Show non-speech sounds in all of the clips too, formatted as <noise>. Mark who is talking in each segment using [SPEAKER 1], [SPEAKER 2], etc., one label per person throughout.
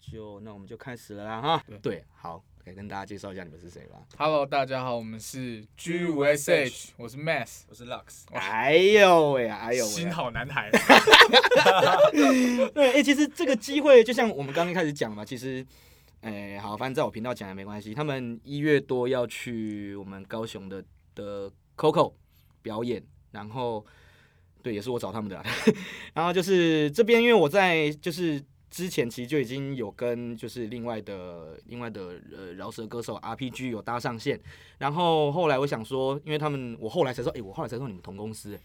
[SPEAKER 1] 就那我们就开始了啦哈。
[SPEAKER 2] 对
[SPEAKER 1] 对，好，来跟大家介绍一下你们是谁吧。
[SPEAKER 2] Hello，大家好，我们是 G 五 SH，我是 Mass，
[SPEAKER 3] 我是 Lux，
[SPEAKER 1] 哎呦喂，哎呦喂
[SPEAKER 2] 心，好男 <laughs> 孩。
[SPEAKER 1] 对，哎、其实这个机会就像我们刚刚一开始讲嘛，其实，哎、好，反正在我频道讲也没关系。他们一月多要去我们高雄的的 COCO 表演，然后对，也是我找他们的啦。 <laughs> 然后就是这边，因为我在就是之前其实就已经有跟就是另外的另外的呃饶舌歌手 RPG 有搭上线，然后后来我想说，因为他们我后来才说，哎、我后来才说你们同公司、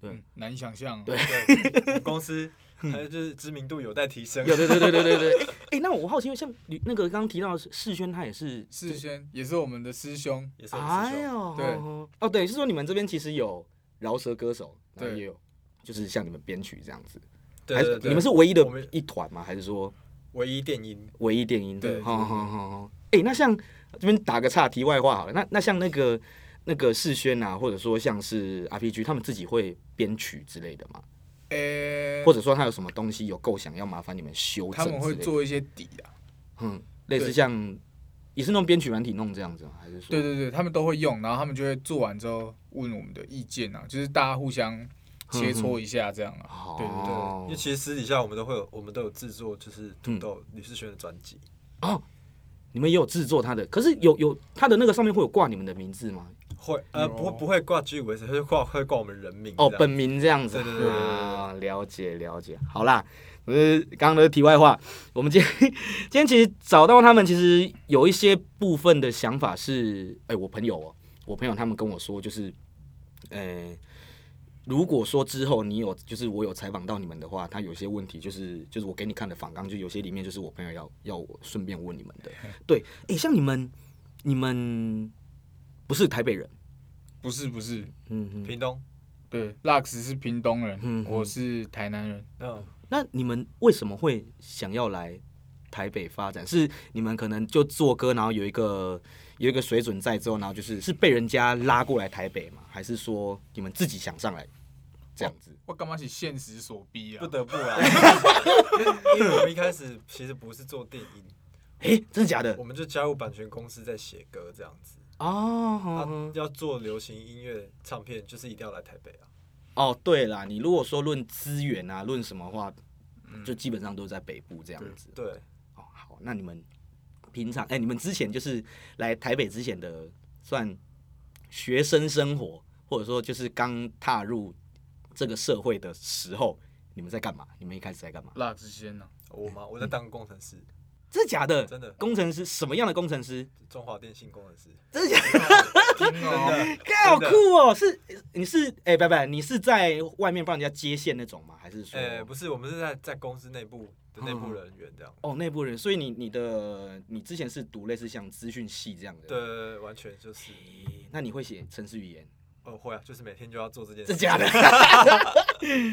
[SPEAKER 2] 嗯难以想象，
[SPEAKER 1] 对
[SPEAKER 3] 对，
[SPEAKER 1] <laughs>
[SPEAKER 3] 我们公司还有就是知名度有待提升。
[SPEAKER 1] 嗯有对对对对对对。 <laughs> 哎、欸那我好奇，因为像你那个刚刚提到的世轩，他也是
[SPEAKER 2] 世轩也是我们的师兄，
[SPEAKER 3] 也是我们
[SPEAKER 1] 哎
[SPEAKER 3] 师
[SPEAKER 1] 呦，
[SPEAKER 3] 兄，
[SPEAKER 2] 对
[SPEAKER 1] 哦，对，是说你们这边其实有饶舌歌手，然后
[SPEAKER 2] 对
[SPEAKER 1] 也有就是像你们编曲这样子，
[SPEAKER 3] 对
[SPEAKER 1] 还
[SPEAKER 3] 对
[SPEAKER 1] 是
[SPEAKER 3] 对，
[SPEAKER 1] 你们是唯一的
[SPEAKER 3] 我们
[SPEAKER 1] 一团吗？还是说
[SPEAKER 3] 唯一电音，
[SPEAKER 1] 唯一电音的？
[SPEAKER 2] 对
[SPEAKER 1] 好好好好。哎、那像这边打个岔，题外话好了，那那像那个那个世轩啊，或者说像是 RPG，他们自己会编曲之类的吗？
[SPEAKER 2] 诶、
[SPEAKER 1] 或者说他有什么东西有构想要麻烦你们修正？
[SPEAKER 2] 他们会，做一些底啊，
[SPEAKER 1] 嗯，类似
[SPEAKER 2] 对
[SPEAKER 1] 像也是弄编曲软体弄这样子吗？还是说？
[SPEAKER 2] 对对对，他们都会用，然后他们就会做完之后问我们的意见啊，就是大家互相切磋一下这样啊。
[SPEAKER 1] 哦
[SPEAKER 2] 对对对，
[SPEAKER 3] 因为其实私底下我们都会有，我们都有制作，就是土豆吕世轩的专辑，
[SPEAKER 1] 你们也有制作他的，可是有有他的那个上面会有挂你们的名字吗？
[SPEAKER 3] 会呃
[SPEAKER 2] 有
[SPEAKER 3] 不不会挂 G 五 S，会挂会挂我们人名
[SPEAKER 1] 嗯哦，
[SPEAKER 3] 这样
[SPEAKER 1] 本名这样子
[SPEAKER 3] 对对对对对
[SPEAKER 1] 啊，了解了解。好啦，呃，刚刚的题外话，我们今天 <laughs> 今天其实找到他们，其实有一些部分的想法是，哎、我朋友哦，我朋友他们跟我说，就是，呃，如果说之后你有，就是我有采访到你们的话，他有些问题就是就是我给你看的访纲，就有些里面就是我朋友要要我顺便问你们的。对，哎、像你们你们不是台北人，
[SPEAKER 2] 不是不是，
[SPEAKER 1] 嗯嗯，
[SPEAKER 3] 屏东，
[SPEAKER 2] 对，Lux 是屏东人，
[SPEAKER 1] 嗯嗯
[SPEAKER 2] 我是台南人。
[SPEAKER 3] 嗯，
[SPEAKER 1] 那你们为什么会想要来台北发展？是你们可能就做歌，然后有一个有一个水准在之后，然后就是是被人家拉过来台北吗？还是说你们自己想上来这样子？
[SPEAKER 2] 我干嘛是现实所逼啊？
[SPEAKER 3] 不得不
[SPEAKER 1] <laughs>
[SPEAKER 3] 啊， <laughs> 因为我们一开始其实不是做电音，
[SPEAKER 1] 诶，真的假的
[SPEAKER 3] 我？们就加入版权公司在写歌这样子。啊
[SPEAKER 1] 哦，
[SPEAKER 3] 要做流行音乐唱片，就是一定要来台北啊。
[SPEAKER 1] 哦，对啦，你如果说论资源啊，论什么话，就基本上都在北部这样子。
[SPEAKER 3] 对，
[SPEAKER 1] 哦，好，那你们平常哎、你们之前就是来台北之前的算学生生活，或者说就是刚踏入这个社会的时候，你们在干嘛？你们一开始在干嘛？
[SPEAKER 2] Lux 先啊呢、
[SPEAKER 3] 我吗？我在当工程师，
[SPEAKER 1] 真的假的？
[SPEAKER 3] 真的
[SPEAKER 1] 工程师什么样的工程师？
[SPEAKER 3] 中华电信工程师。
[SPEAKER 1] 真的假 <laughs> 的？
[SPEAKER 2] 啊？ <laughs> 真的哦，
[SPEAKER 1] 看好
[SPEAKER 3] 真的
[SPEAKER 1] 酷哦！是你是哎，拜、拜，你是在外面帮人家接线那种吗？还是说？
[SPEAKER 3] 呃、不是，我们是在在公司内部的内部人员这样。
[SPEAKER 1] 哦，内部人，所以你你的你之前是读类似像资讯系这样的，
[SPEAKER 3] 对，对对，完全就是，
[SPEAKER 1] 诶那你会写程式语言？
[SPEAKER 3] 呃，会啊， <laughs> 就是每天就要做这件
[SPEAKER 1] 真
[SPEAKER 3] 事。
[SPEAKER 1] 假的？ <laughs>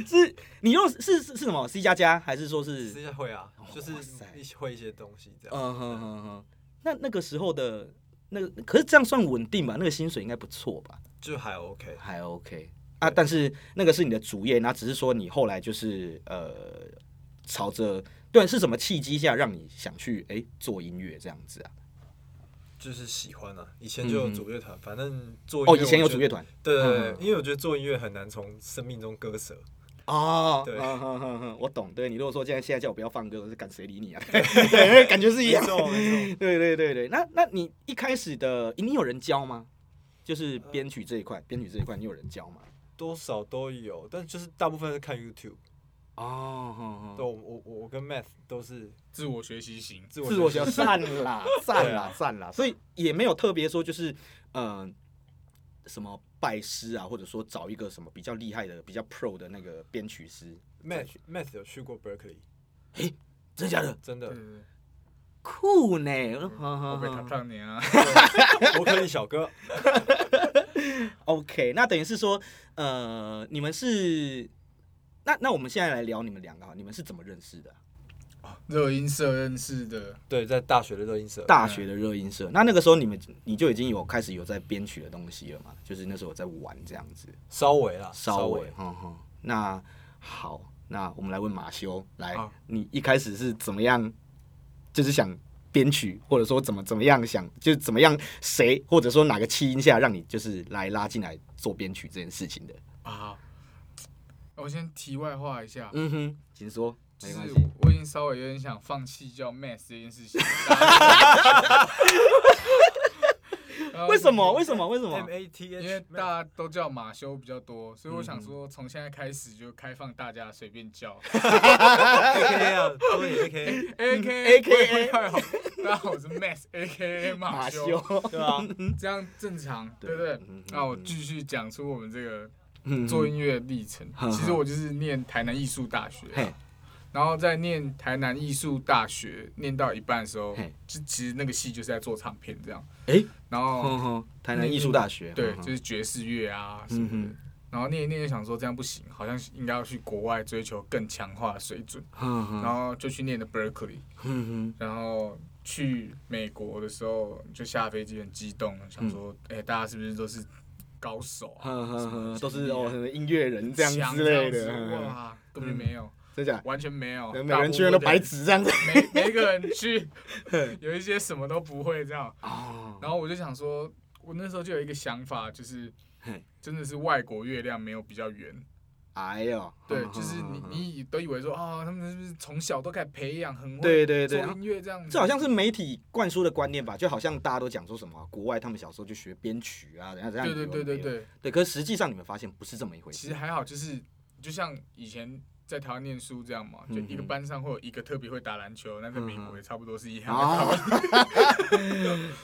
[SPEAKER 1] 是你用是是是什么 C 加加，还是说
[SPEAKER 3] 私
[SPEAKER 1] 是？
[SPEAKER 3] 下会啊，就是
[SPEAKER 1] 哦哇塞
[SPEAKER 3] 一起会一些东西这样。
[SPEAKER 1] 嗯哼哼哼。那那个时候的那个，可是这样算稳定吧？那个薪水应该不错吧？
[SPEAKER 3] 就还 OK。
[SPEAKER 1] 还 OK 啊。但是那个是你的主业，那只是说你后来就是呃，朝着对是什么契机下让你想去哎、做音乐这样子啊？
[SPEAKER 3] 就是喜欢啊，以前就有组乐团，反正做
[SPEAKER 1] 嗯哦，
[SPEAKER 3] 音
[SPEAKER 1] 以
[SPEAKER 3] 乐
[SPEAKER 1] 前有
[SPEAKER 3] 我觉
[SPEAKER 1] 组
[SPEAKER 3] 得
[SPEAKER 1] 乐。团
[SPEAKER 3] 对对对
[SPEAKER 1] 嗯，
[SPEAKER 3] 因为我觉得做音乐很难从生命中割舍。
[SPEAKER 1] 哦，
[SPEAKER 3] 对
[SPEAKER 1] 嗯哼哼哼，我懂。对你如果说现在现在叫我不要放歌，我是敢谁理你
[SPEAKER 3] <laughs>
[SPEAKER 1] 啊？对，感觉 <laughs> 是一
[SPEAKER 3] 没
[SPEAKER 1] 样。
[SPEAKER 3] 错没错，
[SPEAKER 1] <laughs> 对对对对，那那你一开始的，你有人教吗？就是编曲这一块，编曲这一块你有人教吗？
[SPEAKER 3] 多少都有，但就是大部分是看 YouTube。
[SPEAKER 1] 哦
[SPEAKER 3] 对，我我我我跟 Math 都是
[SPEAKER 2] 自我学习型。
[SPEAKER 3] 自我
[SPEAKER 1] 自我
[SPEAKER 3] 学
[SPEAKER 1] 学
[SPEAKER 3] 习
[SPEAKER 1] 赞啦，赞
[SPEAKER 3] 对
[SPEAKER 1] 啦
[SPEAKER 3] 啊，
[SPEAKER 1] 赞啦，所以也没有特别说就是嗯、呃什么拜师啊，或者说找一个什么比较厉害的、比较 pro 的那个编曲师，
[SPEAKER 3] Math Math 有去过 Berkeley，
[SPEAKER 1] 真假的嗯
[SPEAKER 3] 真
[SPEAKER 2] 对
[SPEAKER 3] 的，
[SPEAKER 2] 对对，
[SPEAKER 1] 酷呢？哦
[SPEAKER 2] 我被他烫脸啊。
[SPEAKER 3] 伯克利小哥。
[SPEAKER 1] OK，那等于是说，呃，你们是那那我们现在来聊你们两个哈，你们是怎么认识的啊？
[SPEAKER 2] 热音社认识的，
[SPEAKER 3] 对，在大学的热音社。
[SPEAKER 1] 大学的热音社，那那个时候你们你就已经有开始有在编曲的东西了嘛？就是那时候有在玩这样子，嗯
[SPEAKER 3] 稍微啦，
[SPEAKER 1] 稍微，
[SPEAKER 3] 微。
[SPEAKER 1] 哼哼。那好，那我们来问马修，来
[SPEAKER 2] 好，
[SPEAKER 1] 你一开始是怎么样就是想编曲，或者说怎么怎么样想，就是怎么样谁，或者说哪个气音下让你就是来拉进来做编曲这件事情的。
[SPEAKER 2] 啊。我先题外话一下，
[SPEAKER 1] 嗯哼，请说，
[SPEAKER 2] 就
[SPEAKER 1] 没关
[SPEAKER 2] 是
[SPEAKER 1] 系。
[SPEAKER 2] 我已经稍微有点想放弃叫 Mass 这件事情。
[SPEAKER 1] <laughs> 为什么？为什么？为什么
[SPEAKER 3] M？A T
[SPEAKER 2] 因为
[SPEAKER 3] H，
[SPEAKER 2] 大家都叫马修比较多，所以我想
[SPEAKER 1] 嗯
[SPEAKER 2] 说，从现在开始就开放大家随
[SPEAKER 1] <laughs>
[SPEAKER 2] 便叫
[SPEAKER 3] A K 啊，多 <laughs> 点 A K，
[SPEAKER 2] ，A K
[SPEAKER 1] AKA
[SPEAKER 2] 快好，大家好，我是 Max A K A 马修，，
[SPEAKER 3] 对吧？
[SPEAKER 2] 这样正常，
[SPEAKER 1] 对
[SPEAKER 2] 对不对
[SPEAKER 1] 嗯嗯？
[SPEAKER 2] 那我继续讲出我们这个
[SPEAKER 1] <laughs> 嗯
[SPEAKER 2] 做音乐的历程
[SPEAKER 1] 哼。
[SPEAKER 2] 其实我就是念台南艺术大学啊
[SPEAKER 1] 嘿，
[SPEAKER 2] 然后在念台南艺术大学念到一半的时候
[SPEAKER 1] 嘿，
[SPEAKER 2] 就其实那个系就是在做唱片这样，
[SPEAKER 1] 哎，
[SPEAKER 2] 然后
[SPEAKER 1] 哼 <laughs> 哼，台南艺术大学，嗯
[SPEAKER 2] 对，
[SPEAKER 1] 哼哼
[SPEAKER 2] 就是爵士乐啊什
[SPEAKER 1] 嗯
[SPEAKER 2] 么的。
[SPEAKER 1] 哼，
[SPEAKER 2] 然后念一念就想说这样不行，好像应该要去国外追求更强化的水准，
[SPEAKER 1] 哼哼，
[SPEAKER 2] 然后就去念的 Berkeley，
[SPEAKER 1] 哼哼，
[SPEAKER 2] 然后去美国的时候就下飞机很激动，想说
[SPEAKER 1] 嗯
[SPEAKER 2] 哎、诶大家是不是都是高手啊？
[SPEAKER 1] 哼哼哼，嗯都是
[SPEAKER 2] 什么
[SPEAKER 1] 哦，
[SPEAKER 2] 厉害
[SPEAKER 1] 什么音乐人这样
[SPEAKER 2] 强
[SPEAKER 1] 之
[SPEAKER 2] 啊这
[SPEAKER 1] 类的
[SPEAKER 2] 样子，
[SPEAKER 1] 嗯
[SPEAKER 2] 哇，哦根本就没有，
[SPEAKER 1] 真假？
[SPEAKER 2] 完全没有，
[SPEAKER 1] 每人去那都白纸这样子。
[SPEAKER 2] 大部分的人，每每个人
[SPEAKER 1] <laughs>
[SPEAKER 2] 去有一些什么都不会这样，
[SPEAKER 1] 哦，
[SPEAKER 2] 然后我就想说，我那时候就有一个想法，就是
[SPEAKER 1] 嘿
[SPEAKER 2] 真的是外国月亮没有比较圆。
[SPEAKER 1] 哎呦，
[SPEAKER 2] 对，
[SPEAKER 1] 哼
[SPEAKER 2] 就是你
[SPEAKER 1] 哼哼
[SPEAKER 2] 你以都以为说啊、他们是不是从小都开始培养，很会
[SPEAKER 1] 对对对啊
[SPEAKER 2] 做音乐这样子，
[SPEAKER 1] 这好像是媒体灌输的观念吧，就好像大家都讲说什么、国外他们小时候就学编曲啊，怎样怎样。
[SPEAKER 2] 对对对对
[SPEAKER 1] 对。
[SPEAKER 2] 对，
[SPEAKER 1] 对，可是实际上你们发现不是这么一回
[SPEAKER 2] 其
[SPEAKER 1] 事。
[SPEAKER 2] 实还好，就是就像以前在台湾念书这样嘛，就
[SPEAKER 1] 嗯
[SPEAKER 2] 一个班上会有一个特别会打篮球，那在美国也差不多是一样的。 <laughs>
[SPEAKER 1] 哦，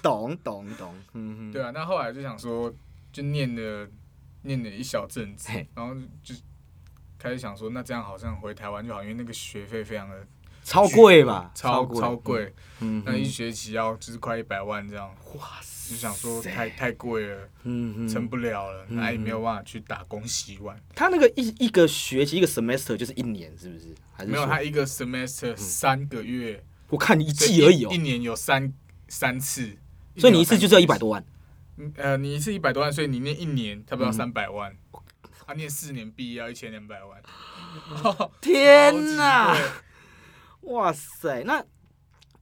[SPEAKER 1] 懂懂懂，嗯，
[SPEAKER 2] 对
[SPEAKER 1] 啊，
[SPEAKER 2] 啊，那后来就想说，就念了念了一小阵子
[SPEAKER 1] 嘿，
[SPEAKER 2] 然后就开始想说，那这样好像回台湾就好，因为那个学费非常的
[SPEAKER 1] 超贵吧？
[SPEAKER 2] 超
[SPEAKER 1] 贵，
[SPEAKER 2] 超贵，
[SPEAKER 1] 嗯，
[SPEAKER 2] 那一
[SPEAKER 1] 嗯
[SPEAKER 2] 学期要就是快一百万这样，
[SPEAKER 1] 哇塞，
[SPEAKER 2] 就想说太太贵了。
[SPEAKER 1] 嗯
[SPEAKER 2] 撑
[SPEAKER 1] 嗯，
[SPEAKER 2] 不了了，
[SPEAKER 1] 嗯
[SPEAKER 2] 那也没有办法去打工洗碗。
[SPEAKER 1] 他那个一一个学期一个 semester 就是一年，是不是？还是
[SPEAKER 2] 没有，
[SPEAKER 1] 说
[SPEAKER 2] 他一个 semester 三个月，
[SPEAKER 1] 我看一
[SPEAKER 2] 所以
[SPEAKER 1] 季而已哦
[SPEAKER 2] 一一，年有三三次，
[SPEAKER 1] 所以你一次就是要一百
[SPEAKER 2] 多。
[SPEAKER 1] 多万，
[SPEAKER 2] 嗯呃，你一次一百多万，所以你念一年差不多要
[SPEAKER 1] 嗯
[SPEAKER 2] 三百万，他念四年毕业要一千两百万。
[SPEAKER 1] 天哪
[SPEAKER 2] 超级！贵
[SPEAKER 1] 哇塞，那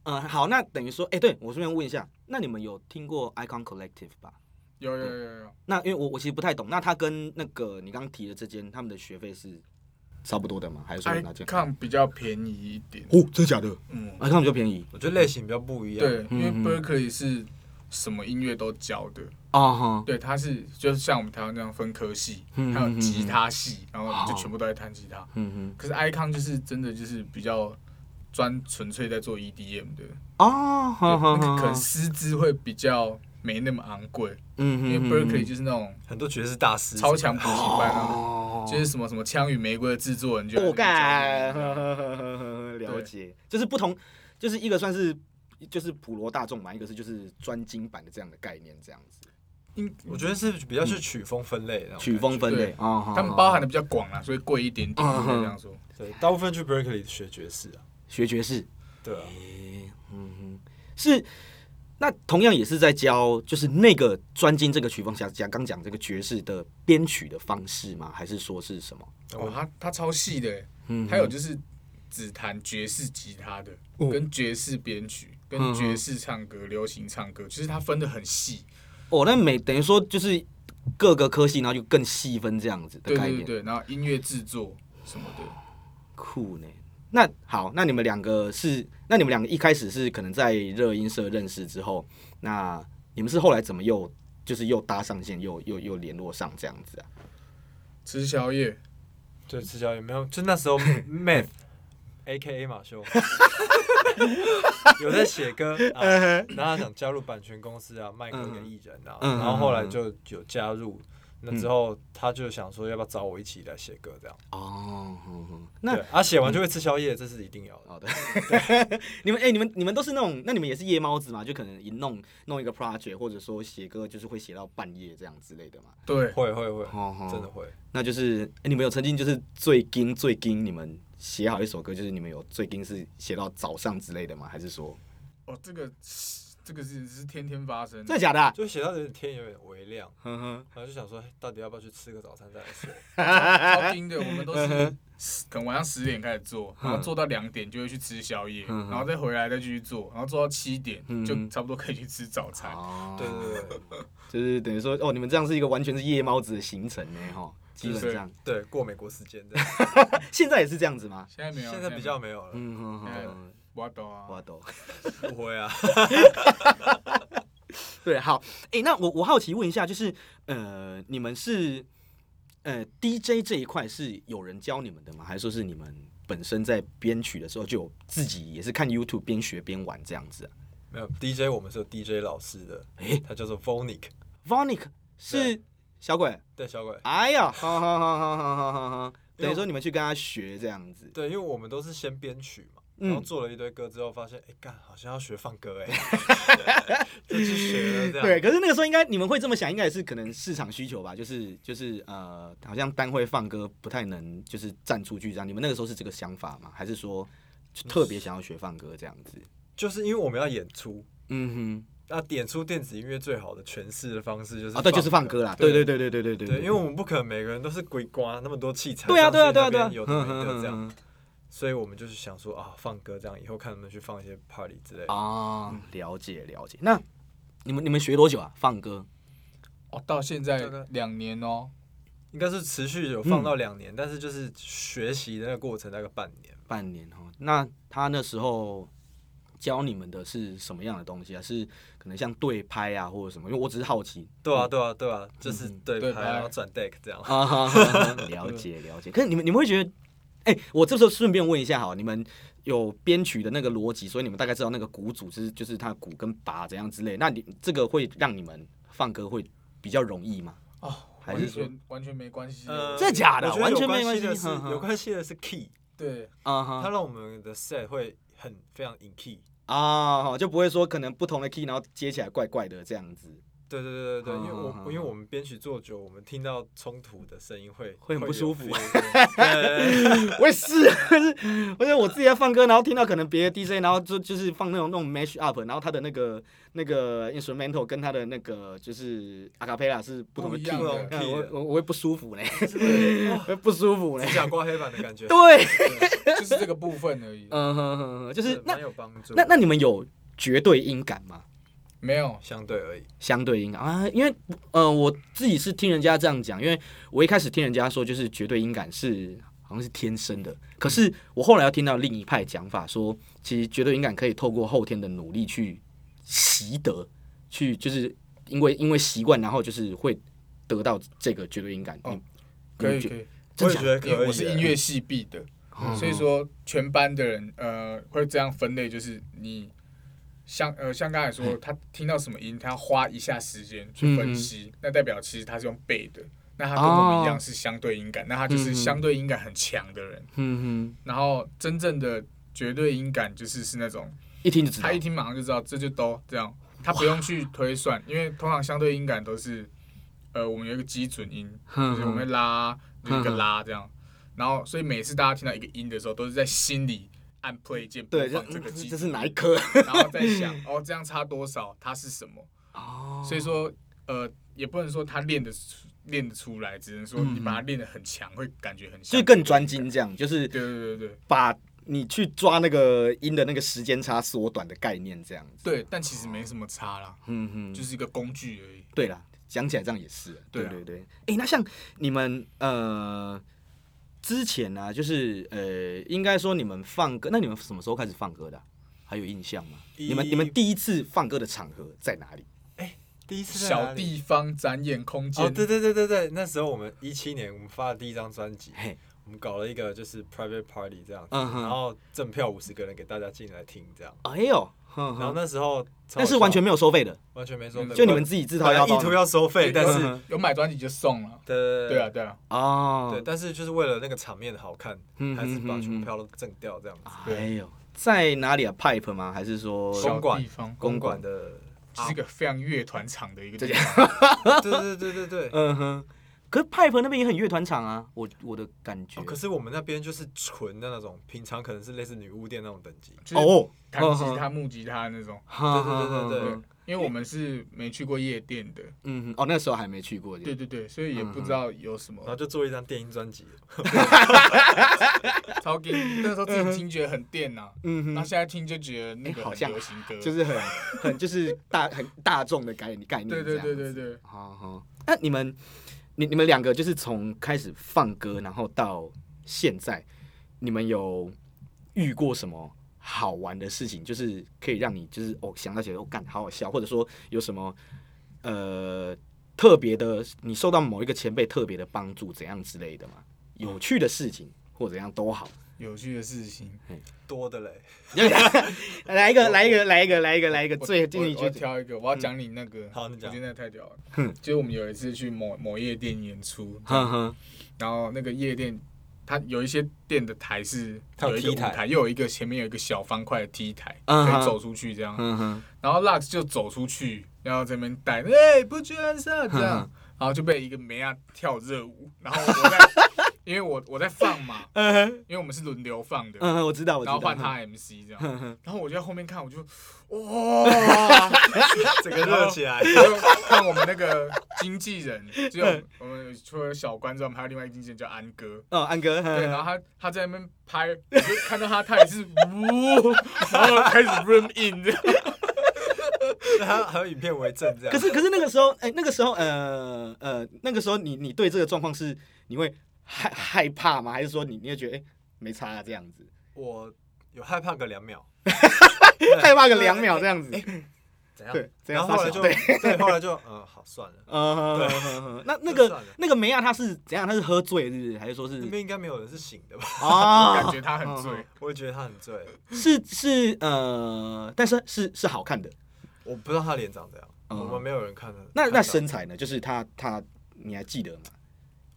[SPEAKER 1] 呃好，那等于说，哎、对我顺便问一下，那你们有听过 Icon Collective 吧？
[SPEAKER 2] 有有有有，
[SPEAKER 1] 那因为我我其实不太懂，那它跟那个你刚刚提的这间他们的学费是差不多的吗？还是说有哪间？
[SPEAKER 2] 看比较便宜一点。
[SPEAKER 1] 哦，真的假的
[SPEAKER 2] 嗯，
[SPEAKER 1] ？Icon 比较便宜
[SPEAKER 3] <laughs> 我觉得类型比较不一样。
[SPEAKER 2] 对，因为
[SPEAKER 1] 嗯嗯
[SPEAKER 2] Berkeley 是什么音乐都教的，
[SPEAKER 1] 啊哈，
[SPEAKER 2] 对，它是就是像我们台湾这样分科系，
[SPEAKER 1] 嗯
[SPEAKER 2] 还有
[SPEAKER 1] 嗯嗯
[SPEAKER 2] 吉
[SPEAKER 1] 嗯
[SPEAKER 2] 他系，然后就
[SPEAKER 1] 好
[SPEAKER 2] 全部都在弹吉他。
[SPEAKER 1] 嗯
[SPEAKER 2] 可是 Icon 就是真的就是比较专纯粹在做 EDM 的，
[SPEAKER 1] 哼，啊哈
[SPEAKER 2] 那
[SPEAKER 1] 哈
[SPEAKER 2] 个可
[SPEAKER 1] 哈，
[SPEAKER 2] 能师资会比较没那么昂贵，
[SPEAKER 1] 嗯
[SPEAKER 2] 因为 Berkeley 就是那种
[SPEAKER 3] 很多爵士大师，
[SPEAKER 2] 超强补习班啊，
[SPEAKER 1] 哦
[SPEAKER 2] 就是什么什么《枪与玫瑰》的制作人就
[SPEAKER 1] 我哦干，
[SPEAKER 2] 就
[SPEAKER 1] 呵呵呵呵呵 <laughs> 了解，就是不同，就是一个算是就是普罗大众嘛，一个是就是专精版的这样的概念，这样子
[SPEAKER 2] 因
[SPEAKER 3] 我觉得是比较是曲风分类的那种
[SPEAKER 1] 嗯曲风
[SPEAKER 3] 感觉
[SPEAKER 1] 分类
[SPEAKER 2] 对
[SPEAKER 1] 啊，
[SPEAKER 2] 他们包含的比较广啦，所以贵一点点，
[SPEAKER 1] 嗯
[SPEAKER 2] 应该这样说。
[SPEAKER 3] 对，大部分去 Berkeley 学爵士啊，
[SPEAKER 1] 学爵士，
[SPEAKER 3] 对啊，
[SPEAKER 1] 诶嗯哼，是，那同样也是在教，就是那个专精这个曲风，像讲刚讲这个爵士的编曲的方式吗？还是说是什么？
[SPEAKER 2] 哦，他他超细的欸，
[SPEAKER 1] 嗯
[SPEAKER 2] 他有就是只弹爵士吉他的，
[SPEAKER 1] 哦
[SPEAKER 2] 跟爵士编曲，
[SPEAKER 1] 嗯
[SPEAKER 2] 跟
[SPEAKER 1] 嗯
[SPEAKER 2] 爵士唱歌、流行唱歌，其实他分的很细。
[SPEAKER 1] 哦，那每等于说就是各个科系，然后就更细分这样子的
[SPEAKER 2] 对
[SPEAKER 1] 概
[SPEAKER 2] 对
[SPEAKER 1] 念
[SPEAKER 2] 对，对，然后音乐制作什么的。
[SPEAKER 1] 酷呢。那好，那你们两个是，那你们两个一开始是可能在热音社认识之后，那你们是后来怎么又就是又搭上线，又又又联络上这样子啊？
[SPEAKER 2] 吃宵夜，
[SPEAKER 3] 对，赤脚也没有，就
[SPEAKER 1] <laughs>
[SPEAKER 3] 那时候 Math A K A 马修有在写歌，啊、
[SPEAKER 1] 嗯
[SPEAKER 3] 然后他想加入版权公司啊，卖歌给艺人啊，
[SPEAKER 1] 嗯
[SPEAKER 3] 然后后来就有加入。那之后，他就想说，要不要找我一起来写歌这样？
[SPEAKER 1] 哦，哼哼那嗯
[SPEAKER 3] 对，啊，写完就会吃宵夜，这是一定要的。
[SPEAKER 1] 好的， <laughs> 你们哎、你们你们都是那种，那你们也是夜猫子嘛？就可能一弄弄一个 project，或者说写歌，就是会写到半夜这样之类的嘛。
[SPEAKER 2] 对，
[SPEAKER 3] 会会会，
[SPEAKER 1] 哦
[SPEAKER 3] 真的，会。
[SPEAKER 1] 那就是哎、你们有曾经就是最惊最惊，你们写好一首歌，就是你们有最惊是写到早上之类的吗？还是说
[SPEAKER 2] 哦，这个这个事情是天天发生。
[SPEAKER 1] 真的假的啊？
[SPEAKER 3] 就写到有点天有点微亮，
[SPEAKER 1] 哼哼，
[SPEAKER 3] 然后就想说，哎到底要不要去吃个早餐再来睡？
[SPEAKER 2] 超盯的，我们
[SPEAKER 1] 嗯
[SPEAKER 2] 都是十可能晚上十点开始做，然后做到两点就会去吃宵夜，
[SPEAKER 1] 嗯
[SPEAKER 2] 然后再回来再继续做，然后做到七点
[SPEAKER 1] 嗯
[SPEAKER 2] 就差不多可以去吃早餐。
[SPEAKER 1] <laughs> 哦，
[SPEAKER 3] 对对对
[SPEAKER 1] 就是等于说，哦，你们这样是一个完全是夜猫子的行程呢，哈，基本上
[SPEAKER 3] 对，过美国时间这样。
[SPEAKER 1] <laughs> 现在也是这样子吗？
[SPEAKER 2] 现在没有，啊
[SPEAKER 3] 现在比较没有了，
[SPEAKER 1] 嗯哼
[SPEAKER 2] 哎
[SPEAKER 1] 哼，
[SPEAKER 2] 我懂啊
[SPEAKER 1] 我，懂。
[SPEAKER 3] 不会啊。
[SPEAKER 1] 对，好，诶，哎那我我好奇问一下，就是呃，你们是呃 DJ 这一块是有人教你们的吗？还是说是你们本身在编曲的时候就有自己也是看 YouTube 边学边玩这样子、啊、
[SPEAKER 3] 没有 DJ，我们是有 DJ 老师的，他叫做 Vonic。
[SPEAKER 1] ？Vonic 是小鬼，
[SPEAKER 3] 对，小鬼。
[SPEAKER 1] 哎呀，好好好好好好好好，
[SPEAKER 3] 因
[SPEAKER 1] 等
[SPEAKER 3] 为我
[SPEAKER 1] 于说你们去跟他学这样子，
[SPEAKER 3] 对，因为我们都是先编曲嘛，
[SPEAKER 1] 嗯
[SPEAKER 3] 然后做了一堆歌之后，发现哎干、好像要学放歌哎、
[SPEAKER 1] <laughs>
[SPEAKER 3] 就去学了这样。
[SPEAKER 1] 对，可是那个时候应该你们会这么想，应该也是可能市场需求吧，就是就是呃，好像单会放歌不太能就是站出去这样。你们那个时候是这个想法吗？还是说就特别想要学放歌这样子？
[SPEAKER 3] 就是因为我们要演出，
[SPEAKER 1] 嗯
[SPEAKER 3] 那点出电子音乐最好的诠释的方式就是
[SPEAKER 1] 哼，啊，对，就是放歌啦，对对
[SPEAKER 3] 对
[SPEAKER 1] 对对对对对
[SPEAKER 3] 对，因为我们不可能每个人都是鬼瓜那么多器材，
[SPEAKER 1] 对啊对啊
[SPEAKER 3] 上去
[SPEAKER 1] 对
[SPEAKER 3] 那
[SPEAKER 1] 啊对啊，
[SPEAKER 3] 边有的没
[SPEAKER 1] 嗯
[SPEAKER 3] 的
[SPEAKER 1] 哼
[SPEAKER 3] 这样，
[SPEAKER 1] 嗯
[SPEAKER 3] 所以我们就是想说啊放歌这样，以后看能不能去放一些 party 之类
[SPEAKER 1] 哼
[SPEAKER 3] 的。
[SPEAKER 1] 啊，了解了解。那你们你们学多久啊？放歌？
[SPEAKER 2] 哦，到现在
[SPEAKER 3] 真的
[SPEAKER 2] 两年哦，
[SPEAKER 3] 应该是持续有放
[SPEAKER 1] 嗯
[SPEAKER 3] 到两年，但是就是学习的那个过程大概半年。
[SPEAKER 1] 半年哦。那他那时候教你们的是什么样的东西啊？是可能像对拍啊，或者什么？因为我只是好奇。
[SPEAKER 3] 对啊，对啊，对啊，就是
[SPEAKER 1] 嗯
[SPEAKER 3] 对
[SPEAKER 2] 对
[SPEAKER 3] 拍，
[SPEAKER 2] 拍
[SPEAKER 3] 然后转 deck 这样。
[SPEAKER 1] 啊哈哈哈，了解了解。可是你们你们会觉得，哎、我这时候顺便问一下，好，你们有编曲的那个逻辑，所以你们大概知道那个鼓组织就是它的鼓跟拔怎样之类。那你这个会让你们放歌会比较容易吗？
[SPEAKER 2] 哦，
[SPEAKER 1] 还是
[SPEAKER 2] 完
[SPEAKER 1] 说
[SPEAKER 2] 全完全没关系。啊
[SPEAKER 3] 呃，
[SPEAKER 1] 真的假的
[SPEAKER 3] 我觉得
[SPEAKER 1] 完
[SPEAKER 3] 有
[SPEAKER 1] 全没
[SPEAKER 3] 关系的
[SPEAKER 1] 关系嗯
[SPEAKER 3] 是
[SPEAKER 1] 哼哼
[SPEAKER 3] 有关系的是 key，
[SPEAKER 2] 对，
[SPEAKER 1] 啊
[SPEAKER 3] 它
[SPEAKER 1] 哈
[SPEAKER 3] 让我们的 set 会很非常 in key。
[SPEAKER 1] 啊，好就不会说可能不同的 key，然后接起来怪怪的这样子，
[SPEAKER 3] 对对对对对，
[SPEAKER 1] 哼
[SPEAKER 3] 因为我
[SPEAKER 1] 哼哼
[SPEAKER 3] 因为我们编曲做久，我们听到冲突的声音会
[SPEAKER 1] 会很不舒服
[SPEAKER 3] 有
[SPEAKER 1] <laughs>
[SPEAKER 3] feel 对
[SPEAKER 1] 我也是，可是我觉得我自己在放歌，然后听到可能别的 DJ，然后就就是放那种那种 mash up，然后他的那个那个 instrumental 跟他的那个就是 a cappella 是不同的
[SPEAKER 2] 不一
[SPEAKER 1] key，
[SPEAKER 2] 样的
[SPEAKER 1] 嗯
[SPEAKER 3] key
[SPEAKER 1] 我
[SPEAKER 3] 的
[SPEAKER 1] 我我会不舒服嘞， <laughs>
[SPEAKER 3] 对哇
[SPEAKER 1] 会不舒服嘞
[SPEAKER 3] <laughs> 指。甲刮黑板的感
[SPEAKER 1] <laughs>
[SPEAKER 3] 觉，
[SPEAKER 1] 对，
[SPEAKER 2] 就是这个部分而 <laughs> 已。
[SPEAKER 1] 嗯哼哼哼，就是那
[SPEAKER 3] 蛮有帮助。
[SPEAKER 1] 那那你们有绝对音感吗？
[SPEAKER 2] 没有，
[SPEAKER 3] 相对而已，
[SPEAKER 1] 相对音感啊，因为呃，我自己是听人家这样讲，因为我一开始听人家说就是绝对音感是好像是天生的，可是我后来又听到另一派讲法说，其实绝对音感可以透过后天的努力去习得，去就是因为因为习惯，然后就是会得到这个绝对音感。
[SPEAKER 2] 哦
[SPEAKER 1] 你
[SPEAKER 2] 可以
[SPEAKER 1] 你觉
[SPEAKER 2] 可以，
[SPEAKER 1] 真
[SPEAKER 3] 我也
[SPEAKER 1] 假
[SPEAKER 3] 觉
[SPEAKER 1] 的
[SPEAKER 3] 得
[SPEAKER 2] 因为
[SPEAKER 3] 可以。
[SPEAKER 2] 我是音乐系毕的，
[SPEAKER 1] 嗯
[SPEAKER 2] 所以说全班的人呃会这样分类，就是你像呃像刚才说，他听到什么音，他要花一下时间去分析，那代表其实他是用背的。那他跟我们一样是相对音感，那他就是相对音感很强的人。
[SPEAKER 1] 嗯哼，
[SPEAKER 2] 然后真正的绝对音感就是是那种
[SPEAKER 1] 一听就知道
[SPEAKER 2] 他一。听马上就知道，这就都这样，他不用去推算，因为通常相对音感都是，呃，我们有一个基
[SPEAKER 1] <laughs>
[SPEAKER 2] 准音，
[SPEAKER 1] 哼
[SPEAKER 2] 就是我们会拉，
[SPEAKER 1] 嗯
[SPEAKER 2] 就一个拉这样，然后所以每次大家听到一个音的时候，都是在心里按 play 键播
[SPEAKER 1] 对，就嗯
[SPEAKER 2] 放这个基
[SPEAKER 1] 这
[SPEAKER 2] 准，
[SPEAKER 1] 是哪一颗？
[SPEAKER 2] 然后再
[SPEAKER 1] <laughs>
[SPEAKER 2] 想哦这样差多少，它是什么，
[SPEAKER 1] 哦
[SPEAKER 2] 所以说呃也不能说他练的练得出来，只能说你把它练得很强，会感觉很
[SPEAKER 1] 嗯就
[SPEAKER 2] 像
[SPEAKER 1] 是，更专精这样，就是
[SPEAKER 2] 对对对对
[SPEAKER 1] 把你去抓那个音的那个时间差缩短的概念这样子。
[SPEAKER 2] 对，但其实没什么差啦，
[SPEAKER 1] 嗯哼
[SPEAKER 2] 就是一个工具而已。
[SPEAKER 1] 对啦，讲起来这样也是。
[SPEAKER 2] 对啊
[SPEAKER 1] 对对。哎、那像你们呃之前呢、啊，就是呃，应该说你们放歌，那你们什么时候开始放歌的啊、还有印象吗？
[SPEAKER 3] 一
[SPEAKER 1] 你们你们第一次放歌的场合在哪里？
[SPEAKER 3] 第一次在哪
[SPEAKER 2] 小
[SPEAKER 3] 里
[SPEAKER 2] 地方展演空间、
[SPEAKER 3] 哦，对对对对对，那时候我们一七年我们发的第一张专辑
[SPEAKER 1] 嘿，
[SPEAKER 3] 我们搞了一个就是 private party 这样子，
[SPEAKER 1] 嗯哼
[SPEAKER 3] 然后赠票五十个人给大家进来听这样，
[SPEAKER 1] 哎呦，哼
[SPEAKER 3] 然
[SPEAKER 1] 哼，
[SPEAKER 3] 后那时候超
[SPEAKER 1] 那
[SPEAKER 3] 好
[SPEAKER 1] 是
[SPEAKER 3] 笑
[SPEAKER 1] 完全没有收费的，
[SPEAKER 3] 完全没收费，
[SPEAKER 1] 就你们自己自掏腰
[SPEAKER 3] 本来
[SPEAKER 1] 包
[SPEAKER 3] 意图
[SPEAKER 1] 的。
[SPEAKER 3] 要收费，但
[SPEAKER 1] 嗯
[SPEAKER 3] 是
[SPEAKER 1] 哼
[SPEAKER 2] 有买专辑就送了。
[SPEAKER 3] 对
[SPEAKER 2] 对啊，对啊，
[SPEAKER 1] 哦
[SPEAKER 3] 对，，但是就是为了那个场面的好看
[SPEAKER 1] 嗯，
[SPEAKER 3] 还是把
[SPEAKER 1] 嗯嗯
[SPEAKER 3] 全部票都赠掉这样子，
[SPEAKER 2] 对
[SPEAKER 1] 哎呦，在哪里啊？Pipe 吗？还是说
[SPEAKER 3] 小公馆
[SPEAKER 2] 小地方嗯
[SPEAKER 1] 公
[SPEAKER 3] 公
[SPEAKER 1] 馆
[SPEAKER 3] 馆的，
[SPEAKER 2] 是一个非常乐团场的一个地
[SPEAKER 1] 这
[SPEAKER 2] 方，
[SPEAKER 3] 对对对对对，
[SPEAKER 1] 嗯哼，可是派 e 那边也很乐团场啊，我我的感觉。
[SPEAKER 3] 哦，可是我们那边就是纯的那种，平常可能是类似女巫店那种等级。
[SPEAKER 1] 哦
[SPEAKER 2] 就是 <laughs> 弹吉他、木吉他那种。
[SPEAKER 1] 哈
[SPEAKER 3] 对对对对对
[SPEAKER 1] 哈哈哈
[SPEAKER 2] 因为我们是没去过夜店的，
[SPEAKER 1] 嗯，哦，那时候还没去过。
[SPEAKER 2] 对对对，所以也
[SPEAKER 1] 嗯
[SPEAKER 2] 不知道有
[SPEAKER 1] 哦
[SPEAKER 2] 什么
[SPEAKER 1] 啊
[SPEAKER 3] 然后就做一张电音专辑，
[SPEAKER 2] <laughs> 超给那时候自己听觉得很电呐，
[SPEAKER 1] 嗯
[SPEAKER 2] 然后
[SPEAKER 1] 哼，
[SPEAKER 2] 现在听就觉得那
[SPEAKER 1] 哎
[SPEAKER 2] 个
[SPEAKER 1] 好
[SPEAKER 2] 很
[SPEAKER 1] 像
[SPEAKER 2] 流行歌，
[SPEAKER 1] 就是很很就是大很大众的概念概念。
[SPEAKER 2] 对对对对。对，
[SPEAKER 1] 好好，那你们你你们两个就是从开始放歌，然后到现在，你们有遇过什么好玩的事情？就是可以让你就是哦想到起来哦干好好笑，或者说有什么呃特别的，你受到某一个前辈特别的帮助怎样之类的吗？有趣的事情或怎样都好，
[SPEAKER 2] 有趣的事情，
[SPEAKER 3] 多的嘞。
[SPEAKER 1] 来一个来一个来一个来一个来一个
[SPEAKER 2] 我
[SPEAKER 1] 最
[SPEAKER 2] 我
[SPEAKER 1] 近一
[SPEAKER 2] 我要
[SPEAKER 1] 句
[SPEAKER 2] 挑一个，我要讲你那个，
[SPEAKER 3] 好你讲
[SPEAKER 2] 我觉得那太屌了，就是我们有一次去某某夜店演出，
[SPEAKER 1] 哼哼，
[SPEAKER 2] 然后那个夜店，它有一些店的台是
[SPEAKER 3] 它有
[SPEAKER 2] 有一个舞
[SPEAKER 3] T 台
[SPEAKER 2] 台，又有一个前面有一个小方块的 T 台，
[SPEAKER 1] 嗯
[SPEAKER 2] 可
[SPEAKER 1] 哼
[SPEAKER 2] 以走出去这样。
[SPEAKER 1] 嗯哼，
[SPEAKER 2] 然后 Lux 就走出去，然后这边带，哎、不居然是这
[SPEAKER 1] 嗯
[SPEAKER 2] 样，然后就被一个梅亚跳热舞，然后
[SPEAKER 1] <laughs>
[SPEAKER 2] 我在，因为我我在放嘛，
[SPEAKER 1] 嗯哼，
[SPEAKER 2] 因为我们是轮流放的，
[SPEAKER 1] 嗯哼，我知道，我知
[SPEAKER 2] 然
[SPEAKER 1] 道，
[SPEAKER 2] 后换
[SPEAKER 1] 哼，
[SPEAKER 2] 他 MC 这样，
[SPEAKER 1] 哼哼，
[SPEAKER 2] 然后我就在后面看，我就哇，
[SPEAKER 3] <laughs> 整个热起
[SPEAKER 1] <laughs>
[SPEAKER 3] 来。
[SPEAKER 2] 我就看我们那个经纪人，只有我们除了小关之外，我们还有另外一个经纪人叫安哥，
[SPEAKER 1] 哦，安哥，哼
[SPEAKER 3] 嗯
[SPEAKER 2] 对，
[SPEAKER 1] 哼
[SPEAKER 2] 然后他他在那边拍，我就看到他，他也是呜，然后开始 room in 这样。
[SPEAKER 3] 还有还有影片为证这样。
[SPEAKER 1] 可是可是那个时候，哎、那个时候，呃呃，那个时候你你对这个状况是你会害害怕吗？还是说你你会觉得哎、没差、啊、这样子，
[SPEAKER 3] 我有害怕个两秒，
[SPEAKER 1] <laughs> 害怕个两秒这样子？
[SPEAKER 3] 怎样
[SPEAKER 1] 对？怎
[SPEAKER 3] 哎然
[SPEAKER 1] 样
[SPEAKER 3] 后后
[SPEAKER 1] 傻
[SPEAKER 3] 来
[SPEAKER 1] 笑
[SPEAKER 3] 就
[SPEAKER 1] 对
[SPEAKER 3] 对，后来就 <laughs> 嗯，好算了。
[SPEAKER 1] 呃，呵呵那那个
[SPEAKER 3] 算了
[SPEAKER 1] 那个梅亚他是怎样？他是喝醉是不是？还是说是
[SPEAKER 3] 那边应该没有人是醒的吧？ <laughs>
[SPEAKER 1] 啊？
[SPEAKER 2] 感觉他很醉，
[SPEAKER 3] 我也觉得他很醉，
[SPEAKER 1] 是是呃，但是是是好看的。
[SPEAKER 3] 我不知道他脸长怎样，
[SPEAKER 1] 嗯
[SPEAKER 3] 我们没有人看的。
[SPEAKER 1] 那
[SPEAKER 3] 看
[SPEAKER 1] 那
[SPEAKER 3] 到
[SPEAKER 1] 身材呢？就是他他你还记得吗？